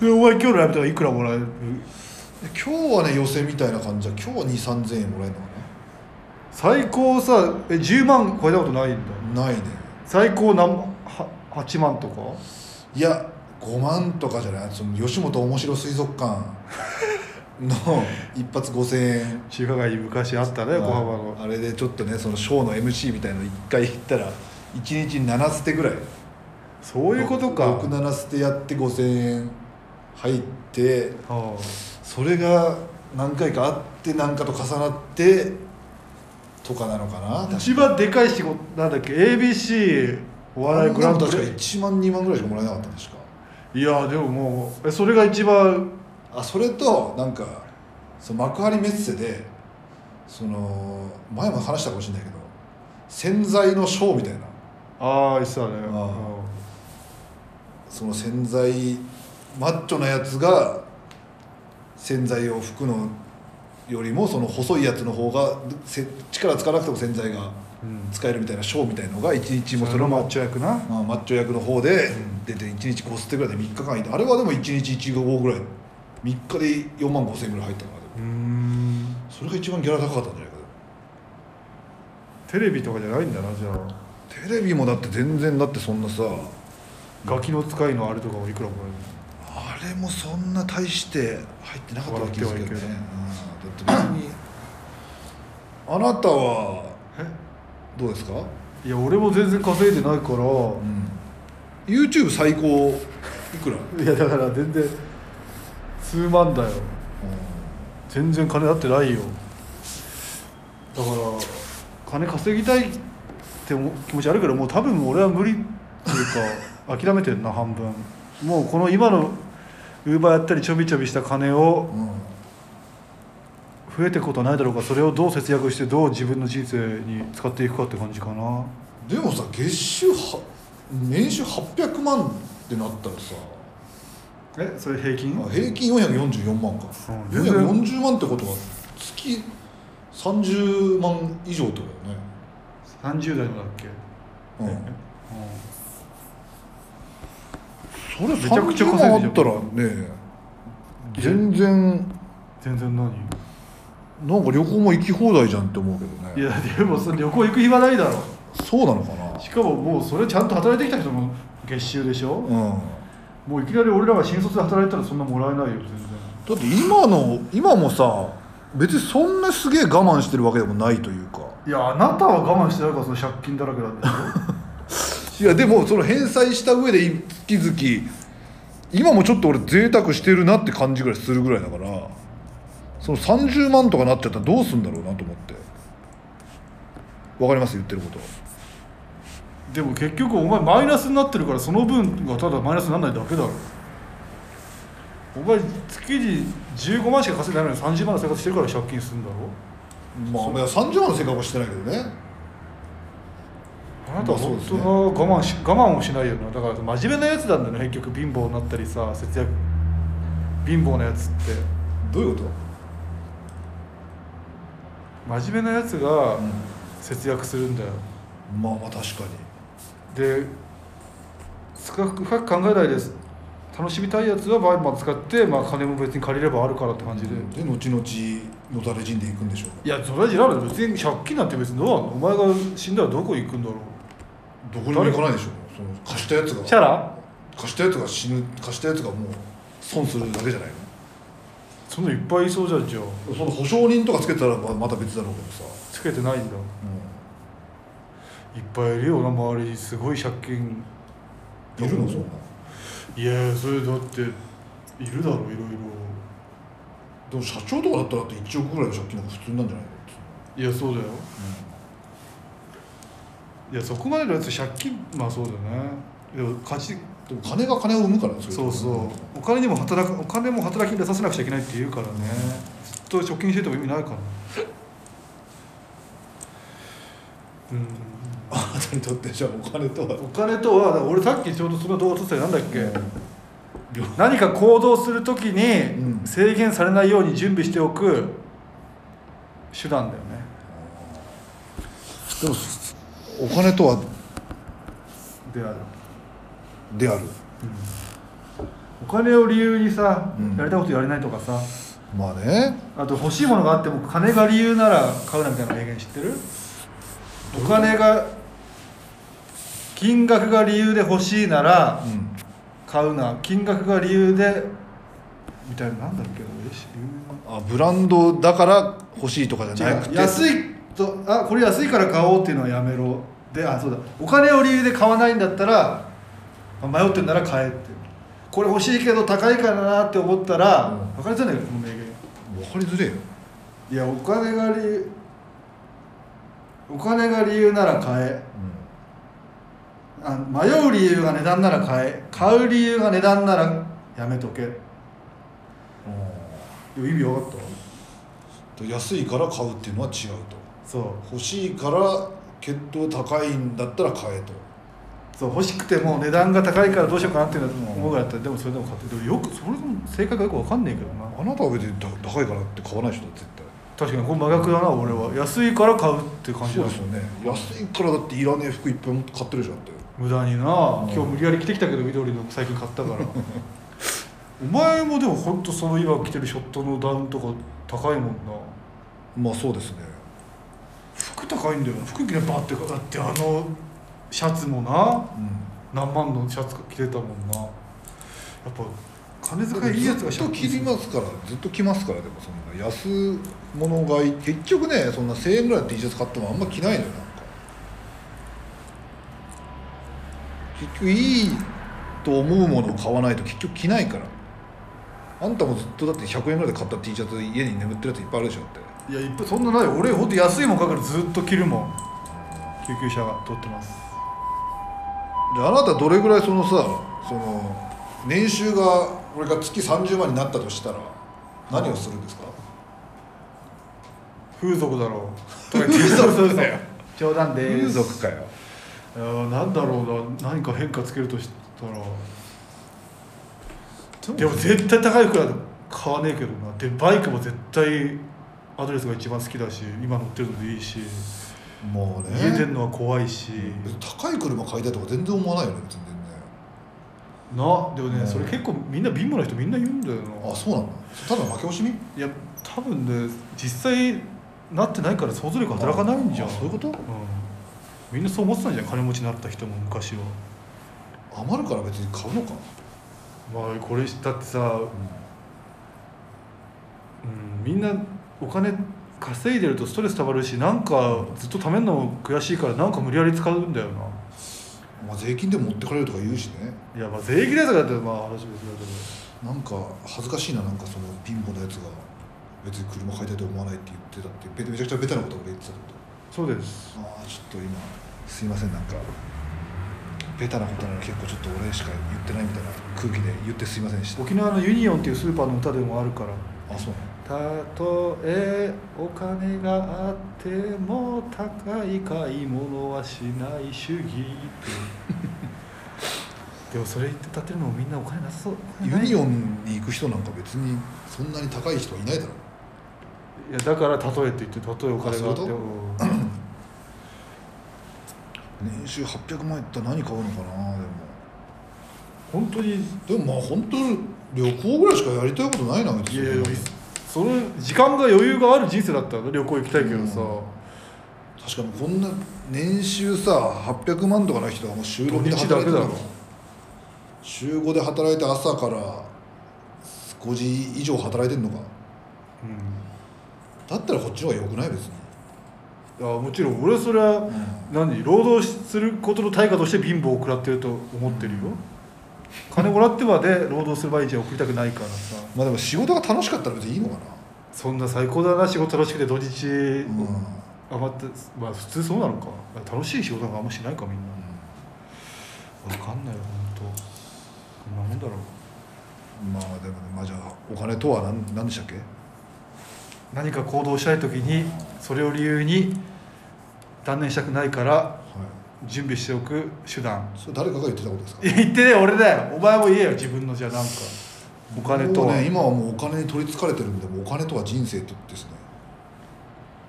でお前今日のライブとかいくらもらえる
で今日はね寄せみたいな感じだ今日は2 3 0 0 0円もらえるのか
最高さえ10万超えたことないんだ
なないね
最高何は8万とか
いや5万とかじゃないその吉本面白水族館
[laughs]
の一発5000円
中華街に昔あったね横浜の
ああれでちょっとねそのショーの MC みたいの一回行ったら1日に7捨てぐらい
そういうことか
67捨てやって5000円入って
は
それが何回かあって何かと重なってとかなのかな
あ、一番でかい仕事なんだっけ ABC お笑いグランプ
確か
リ
1万2万ぐらいしかもらえなかったんですか
いやでももうえそれが一番
あそれとなんかその幕張メッセでその前も話したかもしれないけど洗剤のショーみたいな
ああいつだね
ああその洗剤マッチョなやつが洗剤を拭くのよりもその細いやつの方がせ力使わなくても洗剤が
うん
使えるみたいなショーみたいのが一日
うん
もそれも
マッチョ役な
まあ、マッチョ役の方で出て1日5ステぐらいで3日間いてあれはでも1日1合ぐらい3日で4万5千円ぐらい入ったのかでも
うん
それが一番ギャラ高かったんじゃないか
テレビとかじゃないんだなじゃあ
でもテレビもだって全然だってそんなさ
ガキの使いのあれとかもいくらもらえる
あれ
の
もそんな大して入ってなかったわけですけど
笑ってはい
ね
いけど
うんだって別にあなたは
え
どうですか、
いや俺も全然稼いでないから、
YouTube 最高いくら、
いやだから全然数万だよ全然金だってないよだから金稼ぎたいっても気持ちあるけどもう多 [laughs] 分俺は無理っていうか諦めてるな半分もうこの今のウーバーやったりちょびちょびした金を
うん
増えていくことはないだろうかそれをどう節約してどう自分の人生に使っていくかって感じかな
でもさ月収は年収800万ってなったらさ
えそれ平均
あ平均444万か、
うん全然
440万ってことは月30万以上ってことだよね
30代のだっけ、
うん
う
それ
めちゃくちゃ
30
稼い
万あ
でる
っ
じ
た
ゃん
らね全然
ん、全然何
なんか旅行も行き放題じゃんって思うけ
い
どね
やでもそれ旅行行く暇ないだろ
そうなのかな
しかももうそれちゃんと働いてきた人の月収でしょ、
うん
もういきなり俺らが新卒で働いたらそんなもらえないよ全然
だって今の今もさ別にそんなすげえ我慢してるわけでもないというか
いやあなたは我慢してないからその借金だらけだったでしょ
いやでもその返済した上で月々今もちょっと俺贅沢してるなって感じぐらいするぐらいだからその30万とかなっちゃったらどうすんだろうなと思ってわかります言ってること
でも結局お前マイナスになってるからその分がただマイナスにならないだけだろお前月に15万しか稼いでないのに30万の生活してるから借金するんだろ
まあいや30万の生活はしてないけどね
あなたは
まあそう
本
です
当
ね
は我慢し我慢をしないよなだから真面目なやつなんだよね結局貧乏になったりさ節約貧乏なやつって
どういうこ
真面目なやつが
と、うん
節約するんだよ
まあまあ確か
で深く深く考えないです楽しみたいやつはバイバン使って、まあ、金も別に借りればあるからって感じで、
にで後々のたれ死んでいくんでしょう
いやそれは知らない別に借金なんて別にどうなのお前が死んだらどこ行くんだろう
どこにも行かないでしょその貸したやつ
チ
が
ャラ
貸したやつが死ぬ貸したやつがもう損するだけじゃないの
そんないっぱいいそうじゃんじゃあ
その保証人とかつけてたらままた別だろうけどさ、
つけてないんだい
うん
っぱいいるよな周りにすごい借金
いるのそんない
やそれだっているだろいろい
でも社長とかだったらだって1億ぐらいの借金の方が普通なんじゃないの
ろいやそうだよいやそこまでのやつ借金まあそうだよねでも勝ち
でも金が金を生むからね
そうそうお金にも働くお金も働きに出させなくちゃいけないって言うからねずっと貯金してても意味ないからうん
あなたにとってじゃあお金とは
お金とは俺さっきちょうどその動画撮ってたなんだっけ、
両
何か行動するとき
う
に
ん
制限されないように準備しておく手段だよね
でもお金とは
である、
である
お金を理由にさ、
うん
やりたいことやれないとかさ
まあね
あと欲しいものがあっても金が理由なら買うなみたいな名言知ってるお金が金額が理由で欲しいなら
うん
買うな金額が理由でみたいななんだっけえし理
あブランドだから欲しいとかじ
由
ゃ
な
なく
違う
て
安いとあこれ安いから買おうっていうのはやめろであそうだお金を理由で買わないんだったらまあ迷ってんなら買えってこれ欲しいけど高いからなって思ったら、
うん
分かりづらいよこの名言
分かりづれえよ
いやお金が理由お金が理由なら買えあ迷う理由が値段なら買え買う理由が値段ならやめとけいや意味分かった
うん安いから買うっていうのは違うと
そう
欲しいから血糖高いんだったら買えと
そう欲しくても値段が高いからどうしようかなっていうのは思うぐらいだったらでもそれでも買ってでもよくそれでも正解がよく分かんねえけどな
あなたは別に高高いからって買わないでしょ絶対
確かにこれ真逆だな俺は安いから買うって感じ
そう
だ
ですよね安いからだっていらねえ服いっぱい持って買ってるじゃんって
無駄にな今日無理やり着てきたけど緑の最近買ったから
[laughs]
お前もでも本当その今着てるショットのダウンとか高いもんな
まあそうですね
服高いんだよな服着てバッてかだってあのシャツもな
う
何万のシャツ着てたもんなやっぱ金遣いいいやつが
ずっと着
する
ますからずっと着ますからでもそんな安物買い結局ねそんな1000円ぐらいの T シャツ買ってもあんま着ないのよなんか結局いいと思うものを買わないと結局着ないからあんたもずっとだって100円ぐらいで買った T シャツ家に眠ってるやついっぱいあるでしょって
いやいっぱいそんなない俺ほんと安いもんかからずっと着るもん救急車が通ってます
であなたどれぐらいそのさその年収がこれが月30万になったとしたら何をするんですか
風俗だろ
風俗だよ
う冗談で
風俗かよ
あーなんだろうな何か変化つけるとしたらでも絶対高い服なんて買わねえけどなでバイクも絶対アドレスが一番好きだし今乗ってるのでいいし
もうね
家出るのは怖いし、
高い車買いたいとか全然思わないよね全然ね
なでもね、
うん
それ結構みんな貧乏な人みんな言うんだよ
あ
な
そうなのただ負け惜しみ
いや多分ね実際なってないから想像力働かないんじゃん
あそういうこと
うん、みんなそう思ってたんじゃん金持ちになった人も昔は
余るから別に買うのか
まあこれだってさ、うん、みんなお金稼いでるとストレスたまるしなんかずっと貯めるのも悔しいからなんか無理やり使うんだよな
まあ、税金で持ってかれるとか言うしね
いやまあ税金だとかだったらまあ話別だけ
なんか恥ずかしいななんかその貧乏なやつが別に車買いたいと思わないって言ってたってべめちゃくちゃベタなこと俺言ってたってこ
どそうです
とああちょっと今すいませんなんかベタなことなら結構ちょっと俺しか言ってないみたいな空気で言ってすいませんでした
沖縄のユニオンっていうスーパーの歌でもあるから
あそう
たとえお金があっても高い買い物はしない主義ってでもそれ言って歌ってるのもみんなお金なさそう
なのユニオンに行く人なんか別にそんなに高い人はいないだろ
いやだから例えって言って例えお金があっ
あそ
て
ういう
も
年収800万いったら何買うのかなでも
本当にい
でもまあ本当旅行ぐらいしかやりたいことないな別
やいやその時間が余裕がある人生だったらね旅行行きたいけどさ、
うん確かにこんな年収さ800万とかの人はもう週6で働いてる
土日だ
だ
けだ
ろ
ろ
週5で働いて朝から5時以上働いてんのかだったらこっちの方が良くない別に
うん、いやもちろん俺はそれは、何労働することの対価として貧乏を食らってると思ってるよ、金もらってまで労働する毎日は送りたくないからさ
まあでも仕事が楽しかったら別にいいのかな
そんな最高だな仕事楽しくて土日、
うん、
余ってまあ普通そうなのか楽しい仕事なんかあんましないかみんな分かんないよ本当こんなもんだろう
まあでもねまあじゃあお金とは何何でしたっけ
何か行動したい時にそれを理由に断念したくないから
はい
準備しておく手段
それ誰かが言ってたことですか
いや言ってねえ俺だよお前も言えよ自分のじゃあなんかお金と
も
は
うね今はもうお金に取りつかれてるんでもうお金とは人生って言ってですね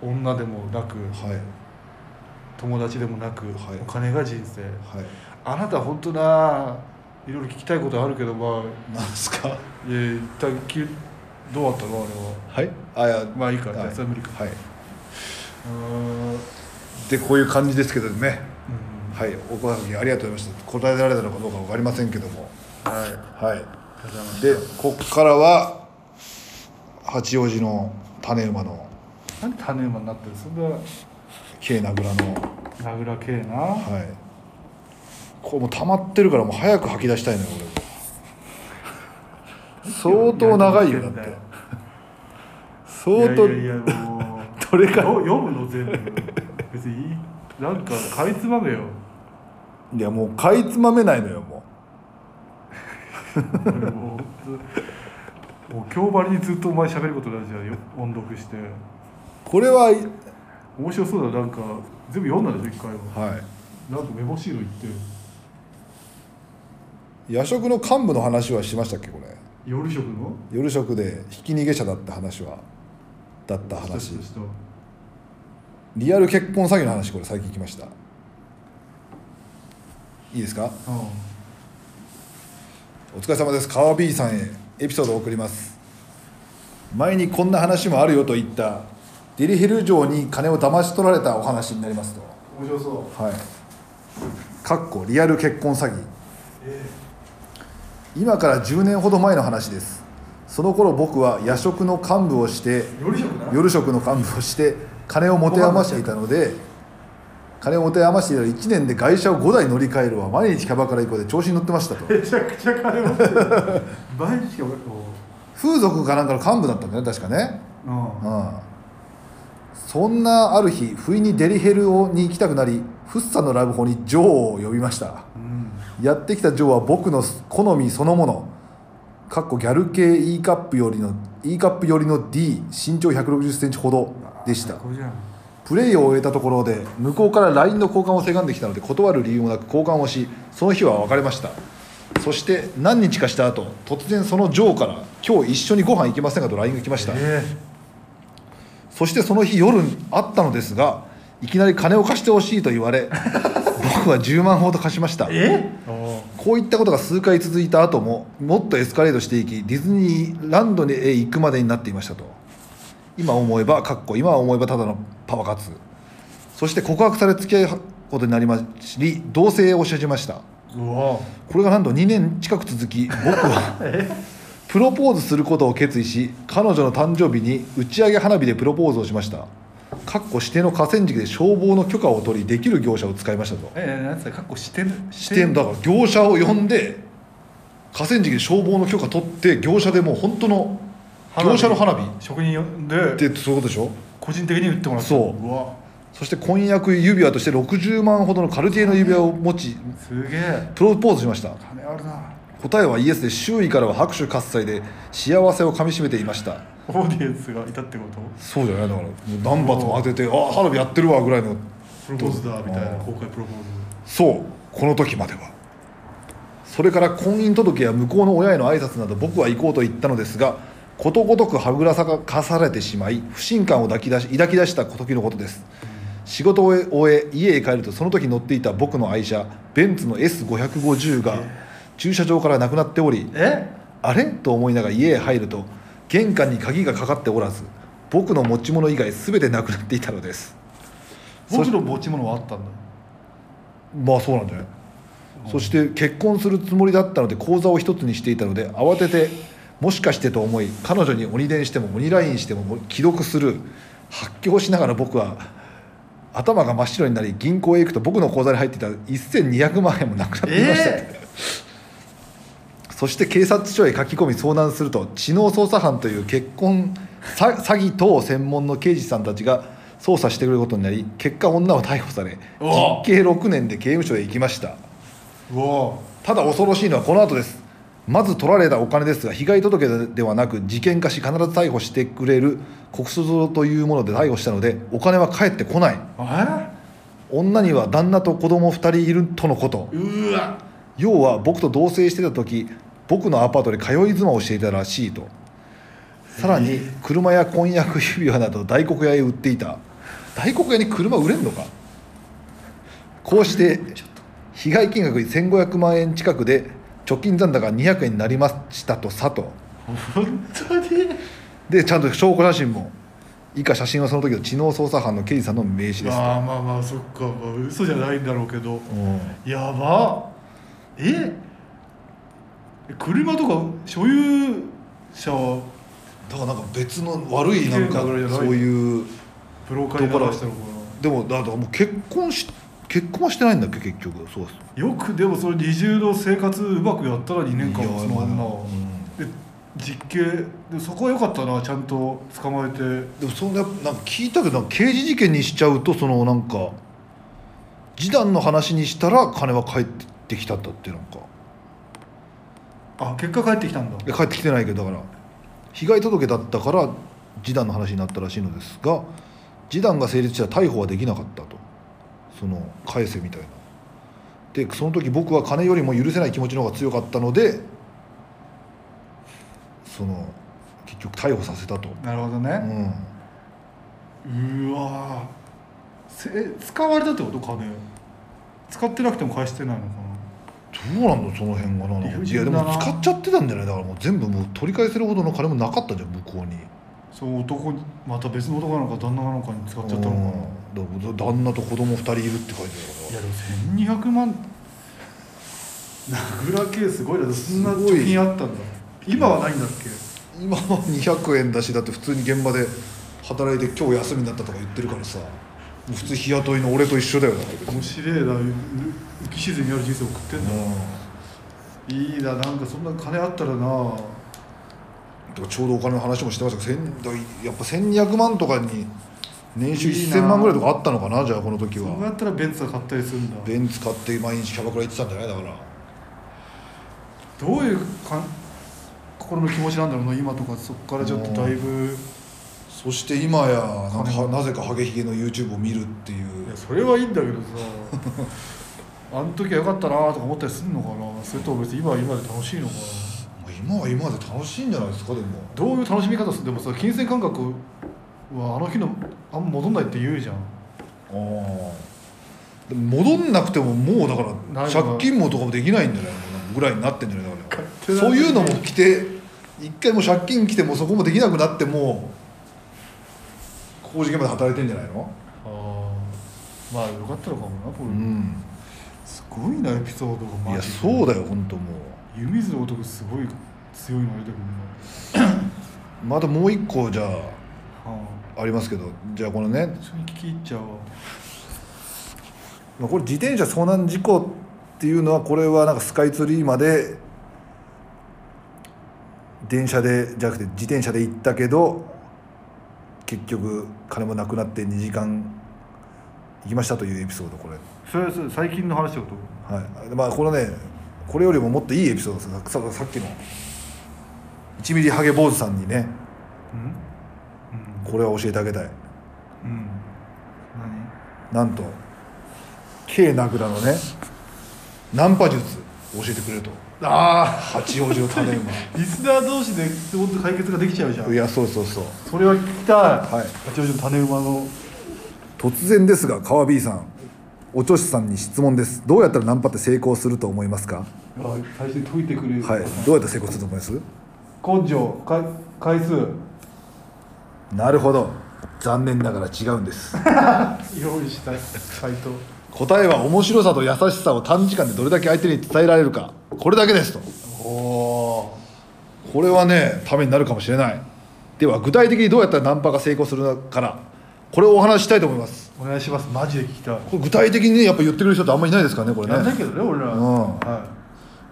女でもなく
はい
友達でもなく、
はい
お金が人生
はい
あなた本当ないろいろ聞きたいことあるけどまあ
なんですか
いや一旦きどうだったのあれは
はいあいや
まあいいかじゃあ
はい
それは無理か
はいう
ーんうん
でこういう感じですけどねはいおこはぎありがとうございました答えられたのかどうか分かりませんけども
はいありが
はい
とうございます
でこっからは八王子の種馬の
なんで種馬になってるそんな
軽なぐらの
名倉圭な
はいこれもう溜まってるからもう早く吐き出したいのよ俺相当長いよだって相当
いやいやいや
[laughs]
もう
どれか
よ読むの全部別にいいなんかかいつまめよ
いやもうかいつまめないのよも
俺もう本当もう今日ばりにずっとお前喋ることないじゃんよ音読して
うこれははい
面白そうだなんか全部読んだでしょ一回はなんかメモシールいって
夜食の幹部の話はしましたっけこれ
夜食の
夜食でひき逃げ者だった話はだった話
したした
リアル結婚詐欺の話これ最近来ましたいいですか
う
お疲れ様です川 B さんへエピソードを送ります前にこんな話もあるよと言ったデリヘル城に金を騙し取られたお話になりますと
ん面白そう
はいかっこリアル結婚詐欺
え
今から10年ほど前の話ですその頃僕は夜食の幹部をして
え夜食な
夜食の幹部をして金を持て余していたので金を持て余していたら1年で外車を5台乗り換えるは毎日キャバから行こうで調子に乗ってましたと
めちゃくちゃ金持ってる毎日がこ
風俗かなんかの幹部だったんだよね確かね
ううん
うんそんなある日不意にデリヘルに行きたくなりフッサのラブホにジョーを呼びました
うん
やってきたジョーは僕の好みそのものかっこギャル系 E カップよりの E カップよりの D 身長1 6 0センチほどでした
これじゃん
プレイを終えたところで向こうから LINE の交換をせがんできたので断る理由もなく交換をしその日は別れましたそして何日かした後突然そのジョーから「今日一緒にご飯行けませんか?」と LINE が来ました、
え
そしてその日夜会ったのですがいきなり金を貸してほしいと言われ [laughs] 僕は10万ほど貸しました
えお
こういったことが数回続いた後ももっとエスカレートしていきディズニーランドへ行くまでになっていましたと今思えばかっこ今思えばただのパワーカツそして告白され付き合うことになりまし同棲をしじました
うわ
これがなんと2年近く続き僕はプロポーズすることを決意し彼女の誕生日に打ち上げ花火でプロポーズをしましたかっこ指定の河川敷で消防の許可を取りできる業者を使いましたと
えなんつったかっこしてる
視点だから業者を呼んで河川敷で消防の許可取って業者でもう本当の
花火
業者の花火っ
職人呼んで
てそういうことでしょ
個人的に売ってもらった
そう
うわ
そして婚約指輪として60万ほどのカルティエの指輪を持ち
すげえ
プロポーズしました
金あるな
答えはイエスで周囲からは拍手喝采で幸せをかみしめていました
オーディエンスがいたってこと
そうじゃないだからもう何発も当ててああ花火やってるわぐらいの
プロポーズだみたいな
あー
公開プロポーズ
そうこの時まではそれから婚姻届や向こうの親への挨拶など僕は行こうと言ったのですがことごとくはぐらさかされてしまい不信感を抱き出し抱き出した時のことです仕事を終え家へ帰るとその時乗っていた僕の愛車ベンツの S550 が駐車場からなくなっており
え
あれと思いながら家へ入ると玄関に鍵がかかっておらず僕の持ち物以外全てなくなっていたのですそ
僕
し
の持ち物はあったんだ
まあそうなんじゃない、そして結婚するつもりだったので口座を一つにしていたので慌ててもしかしてと思い彼女に鬼電しても鬼ラインしても既読する発狂しながら僕は頭が真っ白になり銀行へ行くと僕の口座に入っていた1200万円もなくなっていました、
え
そして警察署へ書き込み相談すると知能捜査班という結婚詐詐欺等専門の刑事さんたちが捜査してくれることになり結果女は逮捕され
お
実刑6年で刑務所へ行きました
うわ
ただ恐ろしいのはこの後ですまず取られたお金ですが被害届ではなく事件化し必ず逮捕してくれる告訴状というもので逮捕したのでお金は返ってこない
え
女には旦那と子供2人いるとのこと
うわ
要は僕と同棲してた時僕のアパートで通い妻をしていたらしいとさらに車や婚約指輪など大黒屋へ売っていた大黒屋に車売れんのかこうして被害金額1500万円近くで貯金残高が200円になりましたとさと
本当に
でちゃんと証拠写真も以下写真はその時の知能捜査班の刑事さんの名刺ですと
まあまあまあそっか、まあ、嘘じゃないんだろうけど
うん
やばえ車とか所有者は
だからなんか別の悪いなんかそういう
ブローカーに流したのか
でもだからもう結婚し結婚はしてないんだっけ結局そうです
なよくでもそれ二重の生活うまくやったら2年間もその女は、で実刑でそこは良かったなちゃんと捕まえて
でもそんななんか聞いたけどなんか刑事事件にしちゃうとそのなんか示談の話にしたら金は返ってきたんだってなんか
あ結果帰ってきたんだ
いや返ってきてないけどだから被害届だったから示談の話になったらしいのですが示談が成立したら逮捕はできなかったとその返せみたいなでその時僕は金よりも許せない気持ちの方が強かったのでその結局逮捕させたと、
なるほど
う
ね、
ん、
うわせえ使われたってこと金使ってなくても返してないのか
どうなんだその辺がな
理不
い
尽
や
だ
で
な
も使っちゃってたんじゃないだからもう全部もう取り返せるほどの金もなかったじゃん向こうに
なその男にまた別の男なのか旦那なのかに使っちゃったのかな
うんだから旦那と子供二人いるって書いて
い
ある
やでも1200万名倉系すごいなそんな
すごい
貯金あったんだ今はないんだっけ
今は200円だしだって普通に現場で働いて今日休みになったとか言ってるからさもう普通日雇いの俺と一緒だよだから別に
面白いなう浮き沈みある人生送ってんだ、いいななんかそんな金あったらな
だからちょうどお金の話もしてましたけど1000だからやっぱ1200万とかに年収
いいな
1000万ぐらいとかあったのかなじゃあこの時
そんな
は
やったらベンツは買ったりするんだ
ベンツ買って毎日キャバクラ行ってたんじゃないだから
どういうかん心の気持ちなんだろうな今とかそこからちょっとだいぶ
そして今やなんかはなぜかハゲヒゲの YouTube を見るっていう
いやそれはいいんだけど [laughs] さあの時は良かったなとか思ったりするのかなそれとも別に今は今で楽しいのかな
まあ今は今で楽しいんじゃないですかでも
どういう楽しみ方するでもさ金銭感覚はあの日のあんま戻んないって言うじゃん
ああ戻んなくてももうだから
ない
借
の
金もとかもできないんじゃないのぐらいになって
[laughs]
んじゃないだか
手
ら
な
そう
のに
いうのも来て一回もう借金来てもそこもできなくなってもう工事現場で働いてんじゃないの
ああまあよかったのかもなこれ、
うん
すごいなエピソードが
いや
マジで
そうだよ本当も
湯水の男すごい強いの出てくる
うまたもう一個じゃ
な、は
あありますけどじゃあこのね
あ、一緒に聞き入っちゃうわ
まあこれ自転車遭難事故っていうのはこれはなんかスカイツリーまで電車でじゃなくて自転車で行ったけど結局金もなくなって2時間行きましたというエピソードこれ、
それは最近の話だと
はいまあ、このねこれよりももっといいエピソードですさささっきの1ミリハゲ坊主さんにね
うん
これは教えてあげたい
うんうん何
なんと K 名倉のねナンパ術教えてくれると
あ
八王子の種馬 [laughs]
あリスナー同士で本当解決ができちゃうじゃん
いやそうそうそう
それは聞きたい、
はい
八王子の種馬の
突然ですが川 B さんお調子さんに質問ですどうやったらナンパって成功すると思いますか
あ最初に解いてくれる、
はいどうやったら成功すると思います
根性か回数
なるほど残念ながら違うんです
用意したいサイト
答えは面白さと優しさを短時間でどれだけ相手に伝えられるかこれだけですと
おー
これはねためになるかもしれないでは具体的にどうやったらナンパが成功するのからこれをお話ししたいと思います
お願いしますマジで聞きたい、
これ具体的にねやっぱ言ってくれる人ってあんまりいないですからねこれ
やんない
ね
けどね俺ら、
ん
は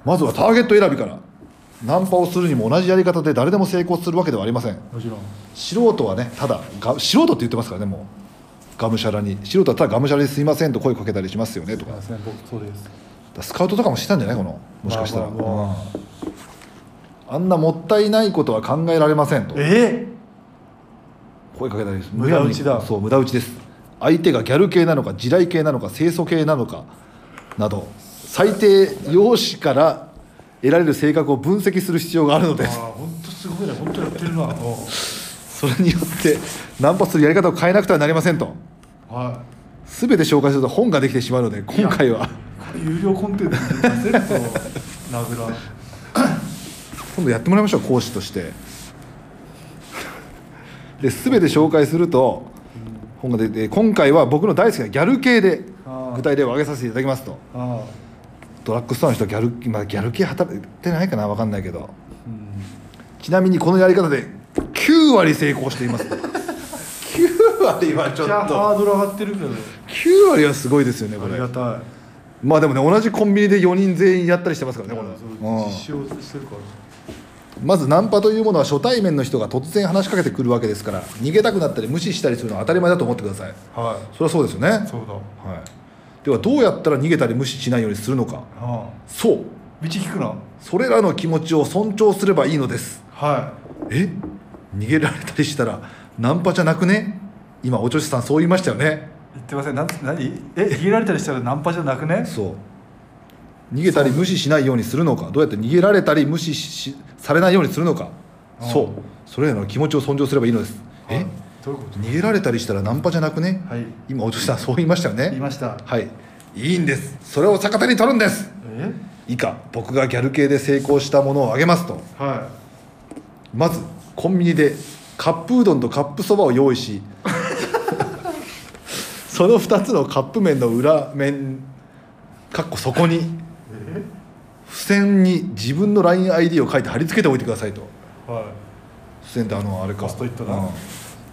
まずはターゲット選びからナンパをするにも同じやり方で誰でも成功するわけではありません
いもちろん
素人はねただが素人って言ってますからねもうがむしゃらに素人はただがむしゃらにすいませんと声かけたりしますよねと
すい
かだか
ません僕そうです
らスカウトとかもしてたんじゃないこのもしかしたら、
まあまあま
あんなもったいないことは考えられませんと
え
声かけたりす
無駄打ちだ
そう無駄打ちです相手がギャル系なのか地雷系なのか清楚系なのかなど最低容姿から得られる性格を分析する必要があるの
え
で
あ
す
あ本当すごいね本当やってるなお
それによってナンパするやり方を変えなくてはなりませんと
は
全て紹介すると本ができてしまうので今回は
い有料コンテンツに出せる [laughs] と名倉
今度やってもらいましょう講師としてで全て紹介すると本が出て今回は僕の大好きなギャル系で
あー
具体例を挙げさせていただきますと
ああ
ドラッグストアの人はギャル,、まあ、ギャル系働いてないかな分かんないけど
うん
ちなみにこのやり方で9割成功しています9割はち
じ
ょっ
ゃあ
と
ハードル上がってるけど
9割はすごいですよねこ
あり
れ
がたい
まあでもね同じコンビニで4人全員やったりしてますからねこれ
そう実証してるから
まずナンパというものは初対面の人が突然話しかけてくるわけですから逃げたくなったり無視したりするのは当たり前だと思ってください
は
それはそうですよね、はい
い、そうだ。
ではどうやったら逃げたり無視しないようにするのか
ああ、
そう
道聞くな。
それらの気持ちを尊重すればいいのです
は
え逃げられたりしたらナンパじゃなくね今おちょしさんそう言いましたよね
い。言ってません。なん何？え、逃げられたりしたらナンパじゃなくね？
そう逃げたり無視しないようにするのかどうやって逃げられたり無視しされないようにするのか
うん
そうそれらの気持ちを尊重すればいいのです
は
え
いどういうこと？
逃げられたりしたらナンパじゃなくね、
はい
今お年さんそう言いましたよ
言い
ね
ました。
はいいいんですそれを逆手に取るんです
え？
以下僕がギャル系で成功したものを挙げますと
は
まずコンビニでカップうどんとカップそばを用意
[laughs]
しその2つのカップ麺の裏面かっこそこに
い。え？
付箋に自分の LINEID を書いて貼り付けておいてくださいと
は
付箋ってあのあれか
ポストイットだ
うん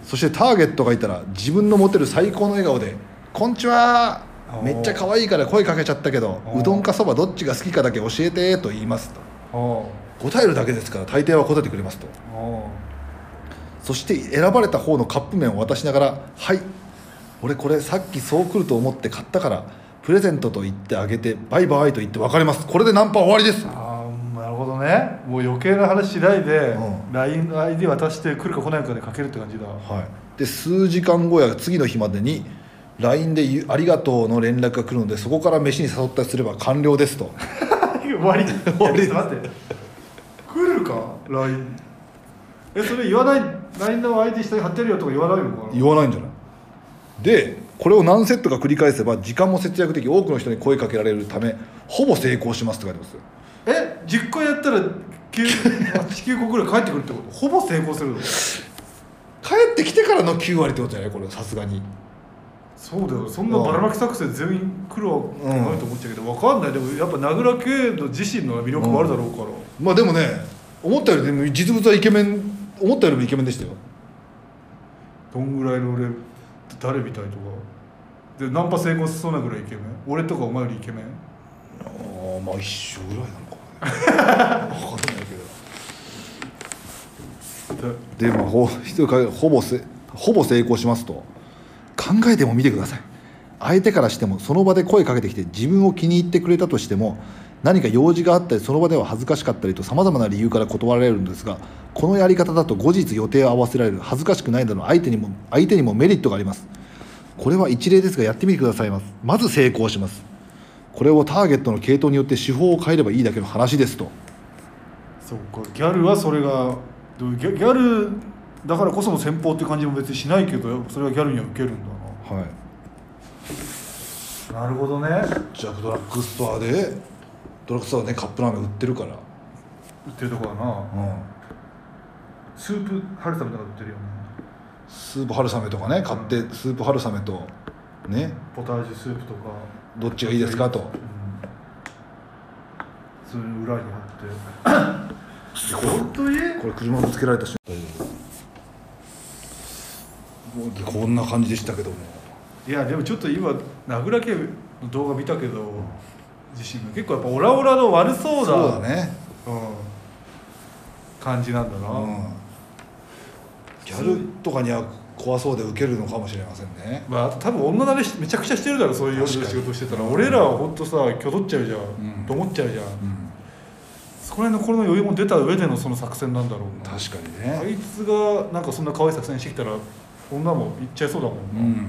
そしてターゲットがいたら自分の持てる最高の笑顔で「こんにちは
おー
めっちゃ可愛いから声かけちゃったけど
おー
うどんかそばどっちが好きかだけ教えて」と言いますと
い。お
答えるだけですから大抵は答えてくれますと
お。お
そして選ばれた方のカップ麺を渡しながら「はい俺これさっきそう来ると思って買ったからプレゼントと言ってあげてバイバイと言って別れますこれでナンパ終わりです
ああ、なるほどねもう余計な話しないで
う
LINE の ID 渡して来るか来ないかでかけるって感じだ
はい、で数時間後や次の日までに LINE でゆ「ありがとう」の連絡が来るのでそこから飯に誘ったりすれば完了ですと
[laughs] 終わり終わりちょっと待って来るか LINE えそれ言わない LINE の ID 下に貼ってるよとか言わないのかな
言わないんじゃないでこれを何セットか繰り返せば時間も節約でき多くの人に声かけられるためほぼ成功しますって書いてますよ
え10回やったら89個ぐらい返ってくるってことほぼ成功するの
帰ってきてからの9割ってことじゃないこれさすがに
そうだよそんなばらまき作戦全員来るわけないと思っちゃうけど、わかんないでもやっぱ名倉圭の自身の魅力もあるだろうから、
まあでもね思ったよりでも実物はイケメン思ったよりもイケメンでしたよ
どんぐらいの俺誰みたいとかでナンパ成功しそうなぐらいイケメン俺とかお前よりイケメン
ああまあ一緒ぐらいなのか [laughs] な分かんないけどでまあほ人かほぼせほぼ成功しますと考えても見てください相手からしてもその場で声かけてきて自分を気に入ってくれたとしても何か用事があったりその場では恥ずかしかったりとさまざまな理由から断られるんですがこのやり方だと後日予定を合わせられる恥ずかしくないなどの相手にも相手にもメリットがありますこれは一例ですがやってみてくださいますまず成功しますこれをターゲットの系統によって手法を変えればいいだけの話ですと
そっかギャルはそれがどうギャギャルだからこその戦法って感じも別にしないけどそれはギャルには受けるんだ
はい
ななるほどね
じゃあドラッグストアでドラッグストアでねカップラーメン売ってるから
売ってるとこだな
う
スープ春雨とか売ってるよね
んスープ春雨とかね買ってスープ春雨とね
ポタージュスープとか
どっちがいいですかと
それ裏に貼って本当に
これ車ぶつけられた瞬間大丈夫こんな感じでしたけども
いやでもちょっと今名倉家の動画見たけど自身が結構やっぱオラオラの悪そうな
そうだね
うん、感じなんだな、
うんギャルとかには怖そうでウケるのかもしれませんね
まあ、あと多分女慣れしめちゃくちゃしてるだろそういう夜の仕事してたら俺らは本当さきょどっちゃうじゃん、
うん
と思っちゃうじゃん、
うん
そこら辺の心の余裕も出た上でのその作戦なんだろうな
確かに
あ
ね
いつがなんかそんな可愛い作戦してきたら女も行っちゃいそうだもん
う
な、
ん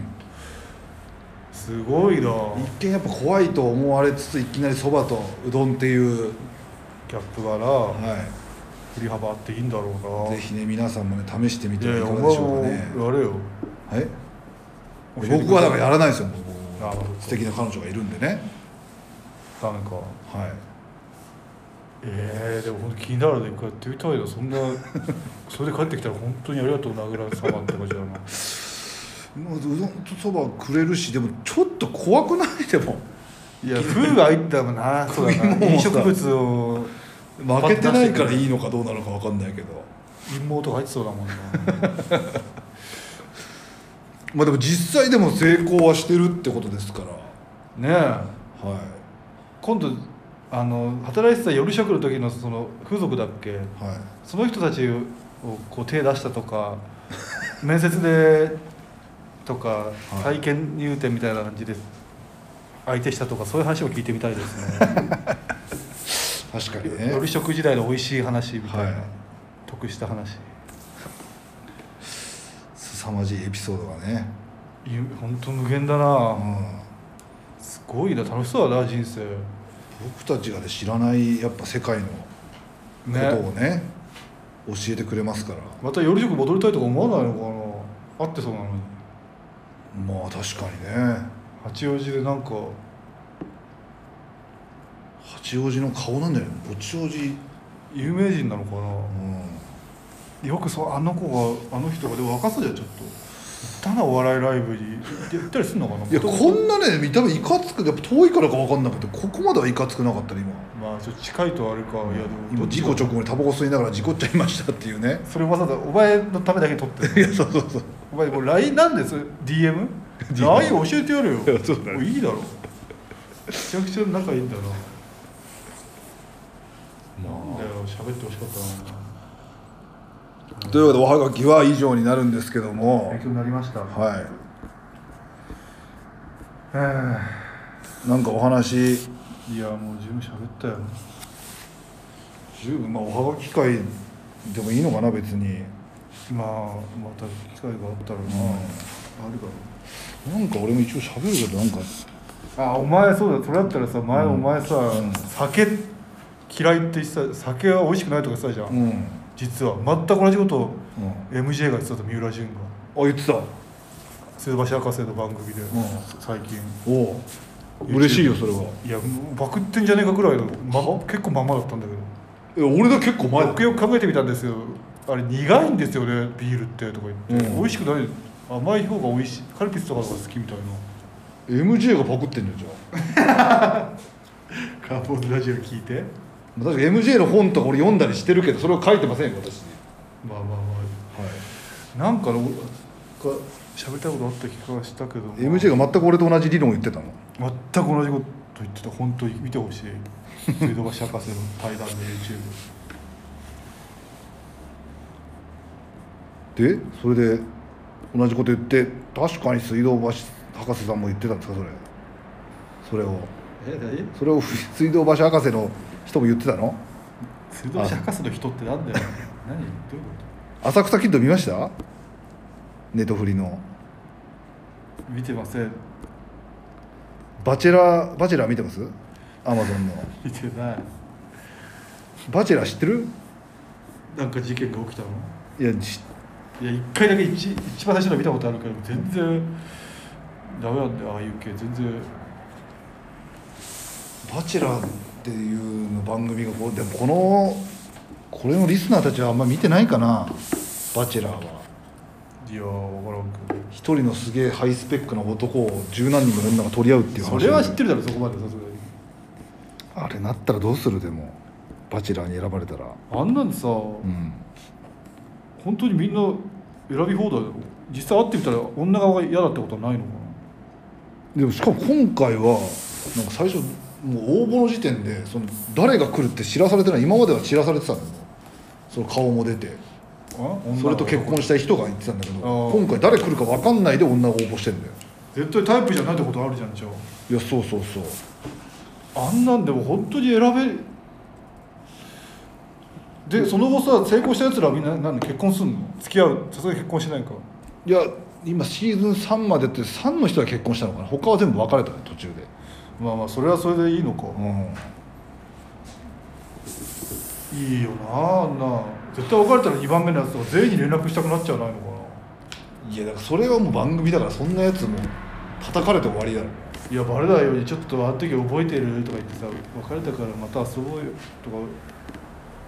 すごいな
一見やっぱ怖いと思われつついきなりそばとうどんっていう
ギャップがな
はい
振り幅あっていいんだろうな
ぜひね皆さんもね試してみ
い
て
や
はいい
や
か
お
がで
前
しょう
も
かね
やれよ
はい
教えてくれ
僕はだからやらないですよもう
なるほど
素敵な彼女がいるんでね
ダメか
はい
えー、でも本当気になるで一回やってみたいなそんな [laughs] それで帰ってきたら本当にありがとう名倉様って感じだな
まあうどんとそばくれるしでもちょっと怖くないでも
いや風が入ったもんなそうだ
食い
な
物
飲食物を
負けてないからいいのかどうなのか分かんないけど
陰謀とか入ってそうだもんな
まあでも実際でも成功はしてるってことですから
ねえ
はい
今度あの働いてた夜食の時のその風俗だっけ
はい
その人たちをこう手出したと
[laughs]
か面接でとか
はい
体験入店みたいな感じで相手したとかそういう話も聞いてみたいですね
確かにね
夜食時代の美味しい話みたいな、
はい
得した話
凄まじいエピソードがね
いや本当無限だな、
うん
すごいな楽しそうだな人生
僕たちがね知らないやっぱ世界のことをね教えてくれますから
また夜食戻りたいとか思わないのかなあってそうなのに
まあ確かにね
八王子でなんか
八王子の顔なんじゃないの八王子
有名人なのかな、
う
よくそうあの子があの人がでも若そうじゃんちょっと行ったなお笑いライブに行ったりするのかなん
いや
男
こんなね見た目いかつくやっぱ遠いからか分かんなくてここまではいかつくなかったね今
まあちょっと近いとあれか、いやで
今
もどっち
事
が
故直後にタバコ吸いながら事故っちゃいましたっていうね
それわざわざお前のためだけ撮っ
[laughs]
て
い
る
やそうそうそう
お前もう LINE なんです DM?LINE 教えてやるよ
いやそうだね
もいいだろめちゃくちゃ仲いいんだななんだよ喋ってほしかったな
というわけでおはがきは以上になるんですけども
勉強になりました
は
え
いなんかお話
ーいやもう十分喋ったよ
十十分まあおはがき機会でもいいのかな別に
まあまた機会があったらな、あるか
なんか俺も一応喋るけどなんか
なあお前そうだそれだったらさ前お前さ、酒嫌いって言ってた酒は美味しくないとか言ってたじゃん、
うん、うん、
実は全く同じことを
あ
MJ が言ってたと三浦淳が
言ってた
鶴橋博士の番組で、最近
おお嬉しいよそれはい
やもうバクってんじゃねえかぐらいの、ま、結構まんまだったんだけど
え俺だ結構前だ
よくよく考えてみたんですよあれ苦いんですよねビールってとか言って、
うん
美味しくない甘い方が美味しいカルピスとかが好きみたいな
MJ がパクってんじゃんじゃあ
カーボーズラジオ聞いて
まあ確かに MJ の本とか俺読んだりしてるけどそれを書いてませんよ私
まあまあま
はい
あなんかのか喋りたいことあった気がしたけど、
MJ が全く俺と同じ理論を言ってたの
全く同じこと言ってた本当に見てほしい水道橋博士の対談の YouTube
でそれで同じこと言って確かに水道橋博士さんも言ってたんですかそれそれを
え何
それを水道橋博士の人も言ってたの
水道橋博士の人ってなんだよ何どういうこ
浅草キッド見ましたネトフリの
と見てません
バチェラーバチェラー見てますアマゾンの
見てない
バチェラー知ってる
なんか事件が起きたの
いや知っ
いや一回だけ一一番最初の見たことあるけど全然ダメなんだよああいう系全然
バチェラーっていうの番組がこうでもこのこれのリスナーたちはあんま見てないかなバチェラーはい
やー分からんけど
一人のすげえハイスペックな男を十何人の女が取り合うっていう
そ
話
れは知ってるだろそこまでさすがに
あれなったらどうするでもバチェラーに選ばれたら
あんなんさ、
うん
本当にみんな選び放題だよ実際会ってみたら女側が嫌だってことはないのか
でもしかも今回はなんか最初もう応募の時点でその誰が来るって知らされてない今までは知らされてたのよその顔も出て
なあ女
それと結婚したい人が言ってたんだけど今回誰来るか分かんないで女が応募してんだよ
絶対タイプじゃないってことあるじゃんじゃ
いやそうそうそう
ああんなんでも本当に選べでその後さ成功したやつらはみんななんで結婚すんの付き合うさすがに結婚しないか
いや今シーズン3までって3の人は結婚したのかな他は全部別れたね途中で
まあまあそれはそれでいいのか、
うん
いいよなあんな絶対別れたら2番目のやつとか全員に連絡したくなっちゃわないのか
いやだからそれはもう番組だからそんなやつも叩かれて終わりだろ
ないやバレないようにちょっとあの時覚えてるとか言ってさ別れたからまた遊ぼうよとか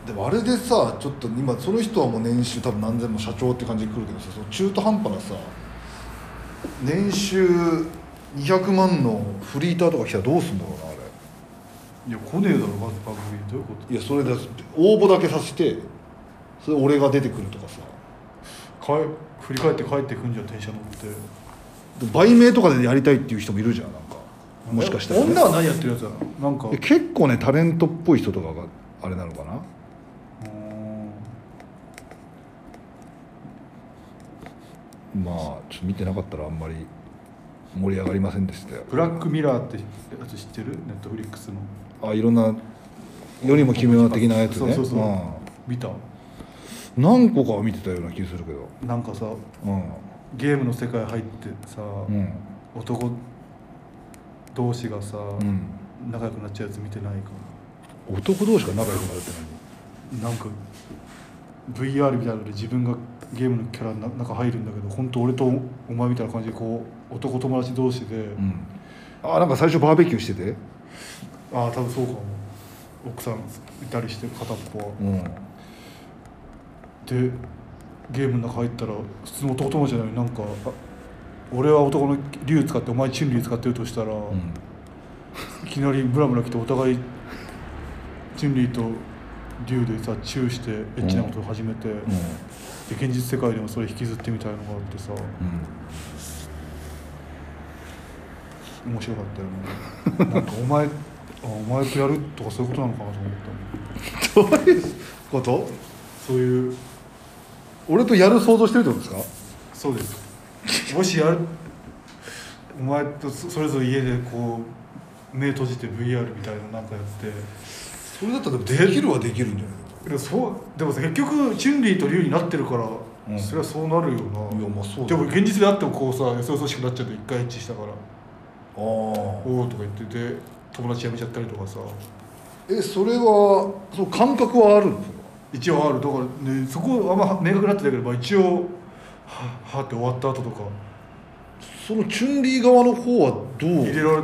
でもあれでさちょっと今その人はもう年収多分何千も社長って感じで来るけどさその中途半端なさ年収200万のフリーターとか来たらどうすんだろうなあれ
いや来ねえだろまず番組どういうこと
いやそれで応募だけさせてそれで俺が出てくるとかさ
かえ振り返って帰ってくんじゃん電車乗って
で売名とかでやりたいっていう人もいるじゃんなんかもしかしたら、
女は何やってるやつだのなんか
え結構ねタレントっぽい人とかがあれなのかな
うーん
まあちょっと見てなかったらあんまり盛り上がりませんでしたよ
ブラックミラーってやつ知ってるネットフリックスの
あいろんな世にも奇妙な的なやつね
そうそうそう、
ん
見た
何個かは見てたような気するけど
なんかさ
うん
ゲームの世界入ってさ、
うん
男同士がさ、
うん
仲良くなっちゃうやつ見てないか
男同士が仲良くなるって
ななんか VR みたいなので自分がゲームのキャラの中入るんだけど本当俺とお前みたいな感じでこう男友達同士で、
何うんあなんか最初バーベキューしてて
ああ多分そうかも奥さんいたりして片っぽは、
うん
でゲームの中入ったら普通の男友達じゃないなんかあ俺は男の竜使ってお前チン竜使ってるとしたら、
うん
いきなりブラブラ来てお互いチュンリーと竜でさチューしてエッチなことを始めて、
うん
で現実世界でもそれ引きずってみたいのがあってさ面白かったよねなんかお前あお前とやるとかそういうことなのかなと思った
うんどういうこと
そういう
俺とやる想像してるってことです
そうですもしやるお前とそそれぞれ家でこう目閉じて VR みたいなのなんかやって
かそれだったら
できるはできるんじゃないか
でもそうでもさ結局チュンリーと竜になってるから、それはそうなるよな
やまあそうだ
でも現実であってもこうさよそよそしくなっちゃうと一回一致したから
あー
おおとか言ってて友達辞めちゃったりとかさ
えそれはその感覚はあるの
一応あるだから、ね、そこはあんま明確になってないけど、まあ、一応ははって終わった後とか
そのチュンリー側の方はど
入れ
う
られ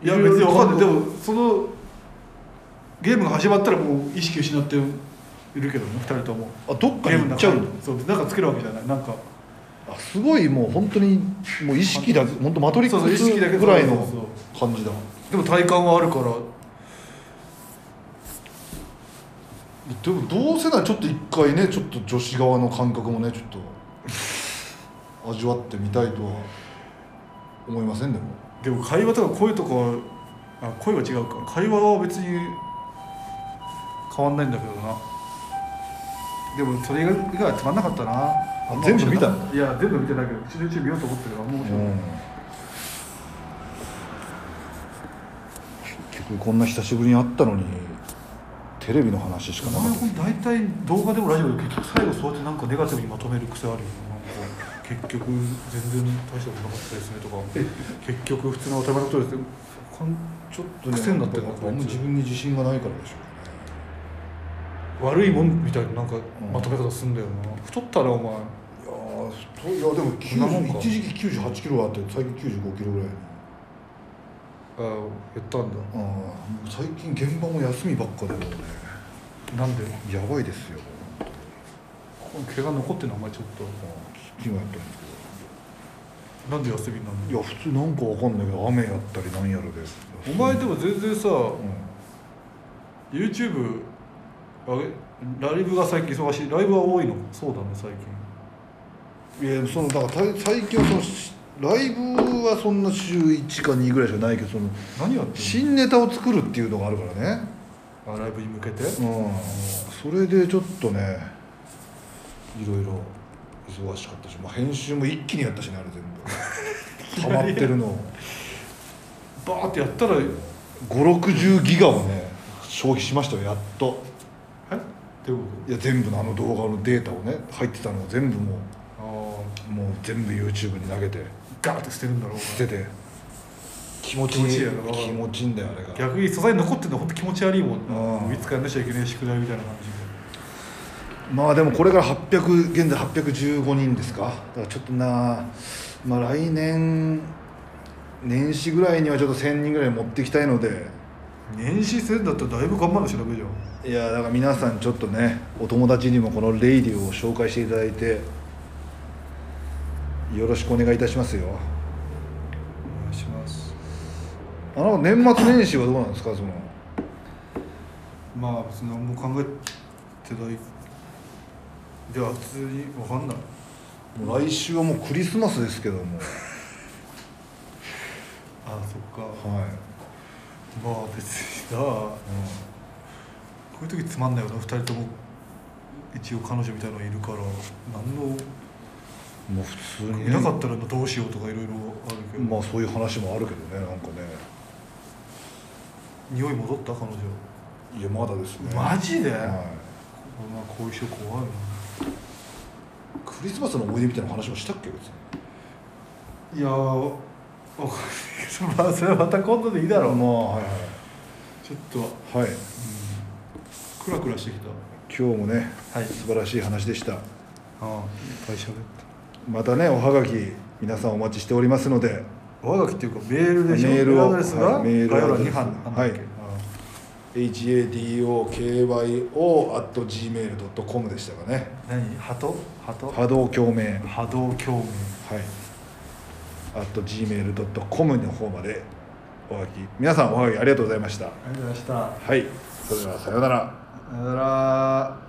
いや
入れら
別
れ
に分かんないで
た
もそのゲームが始まったらもう意識失っているけどね2人とも
あどっか
ゲー
に
ム
行
の
っち
中
ゃ
に
うの
そうなんかつけるわけじゃないなんか
あすごいもう本当にもう意識だけ本当マトリッ
そうそう
ク
意
ス
識だけ
ぐらい
そう
の
そう
感じだ
でも体感はあるから
でも同世代ちょっと一回ねちょっと女子側の感覚もねちょっと味わってみたいとは思いませんでも
でも会話とか声とかはあ声は違うか会話は別に変わんないんだけどなでもそれ以外はつまんなかったな
全部見たの
いや全部見てないけど一日見ようと思ってるからもう、
結局こんな久しぶりに会ったのにテレビの話しかな
お
かっ
前
た
ほんと大体動画でもラジオでも結局最後そうやってなんかネガティブにまとめる癖あるよなんか結局全然大したことなかったですねとか結局普通の当たり前のことですねこん
ちょっ
とね癖になってるな
あんま自分に自信がないからでしょ
悪いもんみたいななんかまとめ方すんだよな、太ったらお前
うねいやーいやでも
んなもん
90
か
一時期98キロあって最近95キロぐらい
あやったんだ
あー最近現場も休みばっかでもうね
なんで
やばいですよ
この毛が残ってんのお前ちょっ
昨日やったんですけど
となんで休みになん
い
の
や普通なんかわかんないけど雨やったりなんやろで
お前でも全然さ、
う
YouTube あげライブが最近忙しいライブは多いのそうだね最近
ん、いやそのだからた最近はそのしライブはそんな週1か2ぐらいしかないけどその
何やって
新ネタを作るっていうのがあるからね
んのあライブに向けて
うんそれでちょっとねいろいろ忙しかったし、まあ、編集も一気にやったしねあれ全
[laughs]
部溜まってるの
バーってやったらえ
560ギガをね消費しましたよやっと
ってこと
いや全部のあの動画のデータをね入ってたのを全部も
ああ
うもう全部 YouTube に投げて
ガーって捨てるんだろうが
捨てて気持
気持ちいいやろ
気持ちいいんだよあれが
逆に素材残ってんのほんと気持ち悪いもん
うん
な、いつかやんなきゃいけない宿題みたいな感じで
まあでもこれから800現在815人ですかだからちょっとなまあ来年年始ぐらいにはちょっと1000人ぐらい持っていきたいので
年始せんだったらだいぶ頑張るしなべじゃん
いやだから皆さんちょっとねお友達にもこのレイディオを紹介していただいてよろしくお願いいたしますよ
お願いします
あの年末年始はどうなんですかその
まあ別に何も考えてないじゃあ普通にわかんない
もう来週はもうクリスマスですけども
ああそっか
はい
まあ別になこういう時つまんないよな2人とも一応彼女みたいなのいるから何の
もう普通に
いなかったらどうしようとかいろいろあるけど、
まあそういう話もあるけどねなんかね
匂い戻った彼女
いやまだですね
マジで、
は
まあ、こういう人怖い
い、クリスマスの思い出みたいな話もしたっけ別に
ないやーわかんないけどまあそれはまた今度でいいだろう
まあはい
ちょっと
はい、はい、
クラクラしてき
今日もね
たはい
素晴らしい話でした
ああいっぱい喋った
またねおはがき皆さんお待ちしておりますので
おはがきっていうかメールでしょ
メールを
アドレスが
はい
概
メールアド
要欄
レス
に貼ったんだっけ
はい
ああ
hadokyo.gmail.com でしたかね
何波動波動
波動共鳴
波動共鳴
はい at gmail.com の方までおはがき皆さんおはがきありがとうございました
ありがとうございました
はいそれではさようなら
さよなら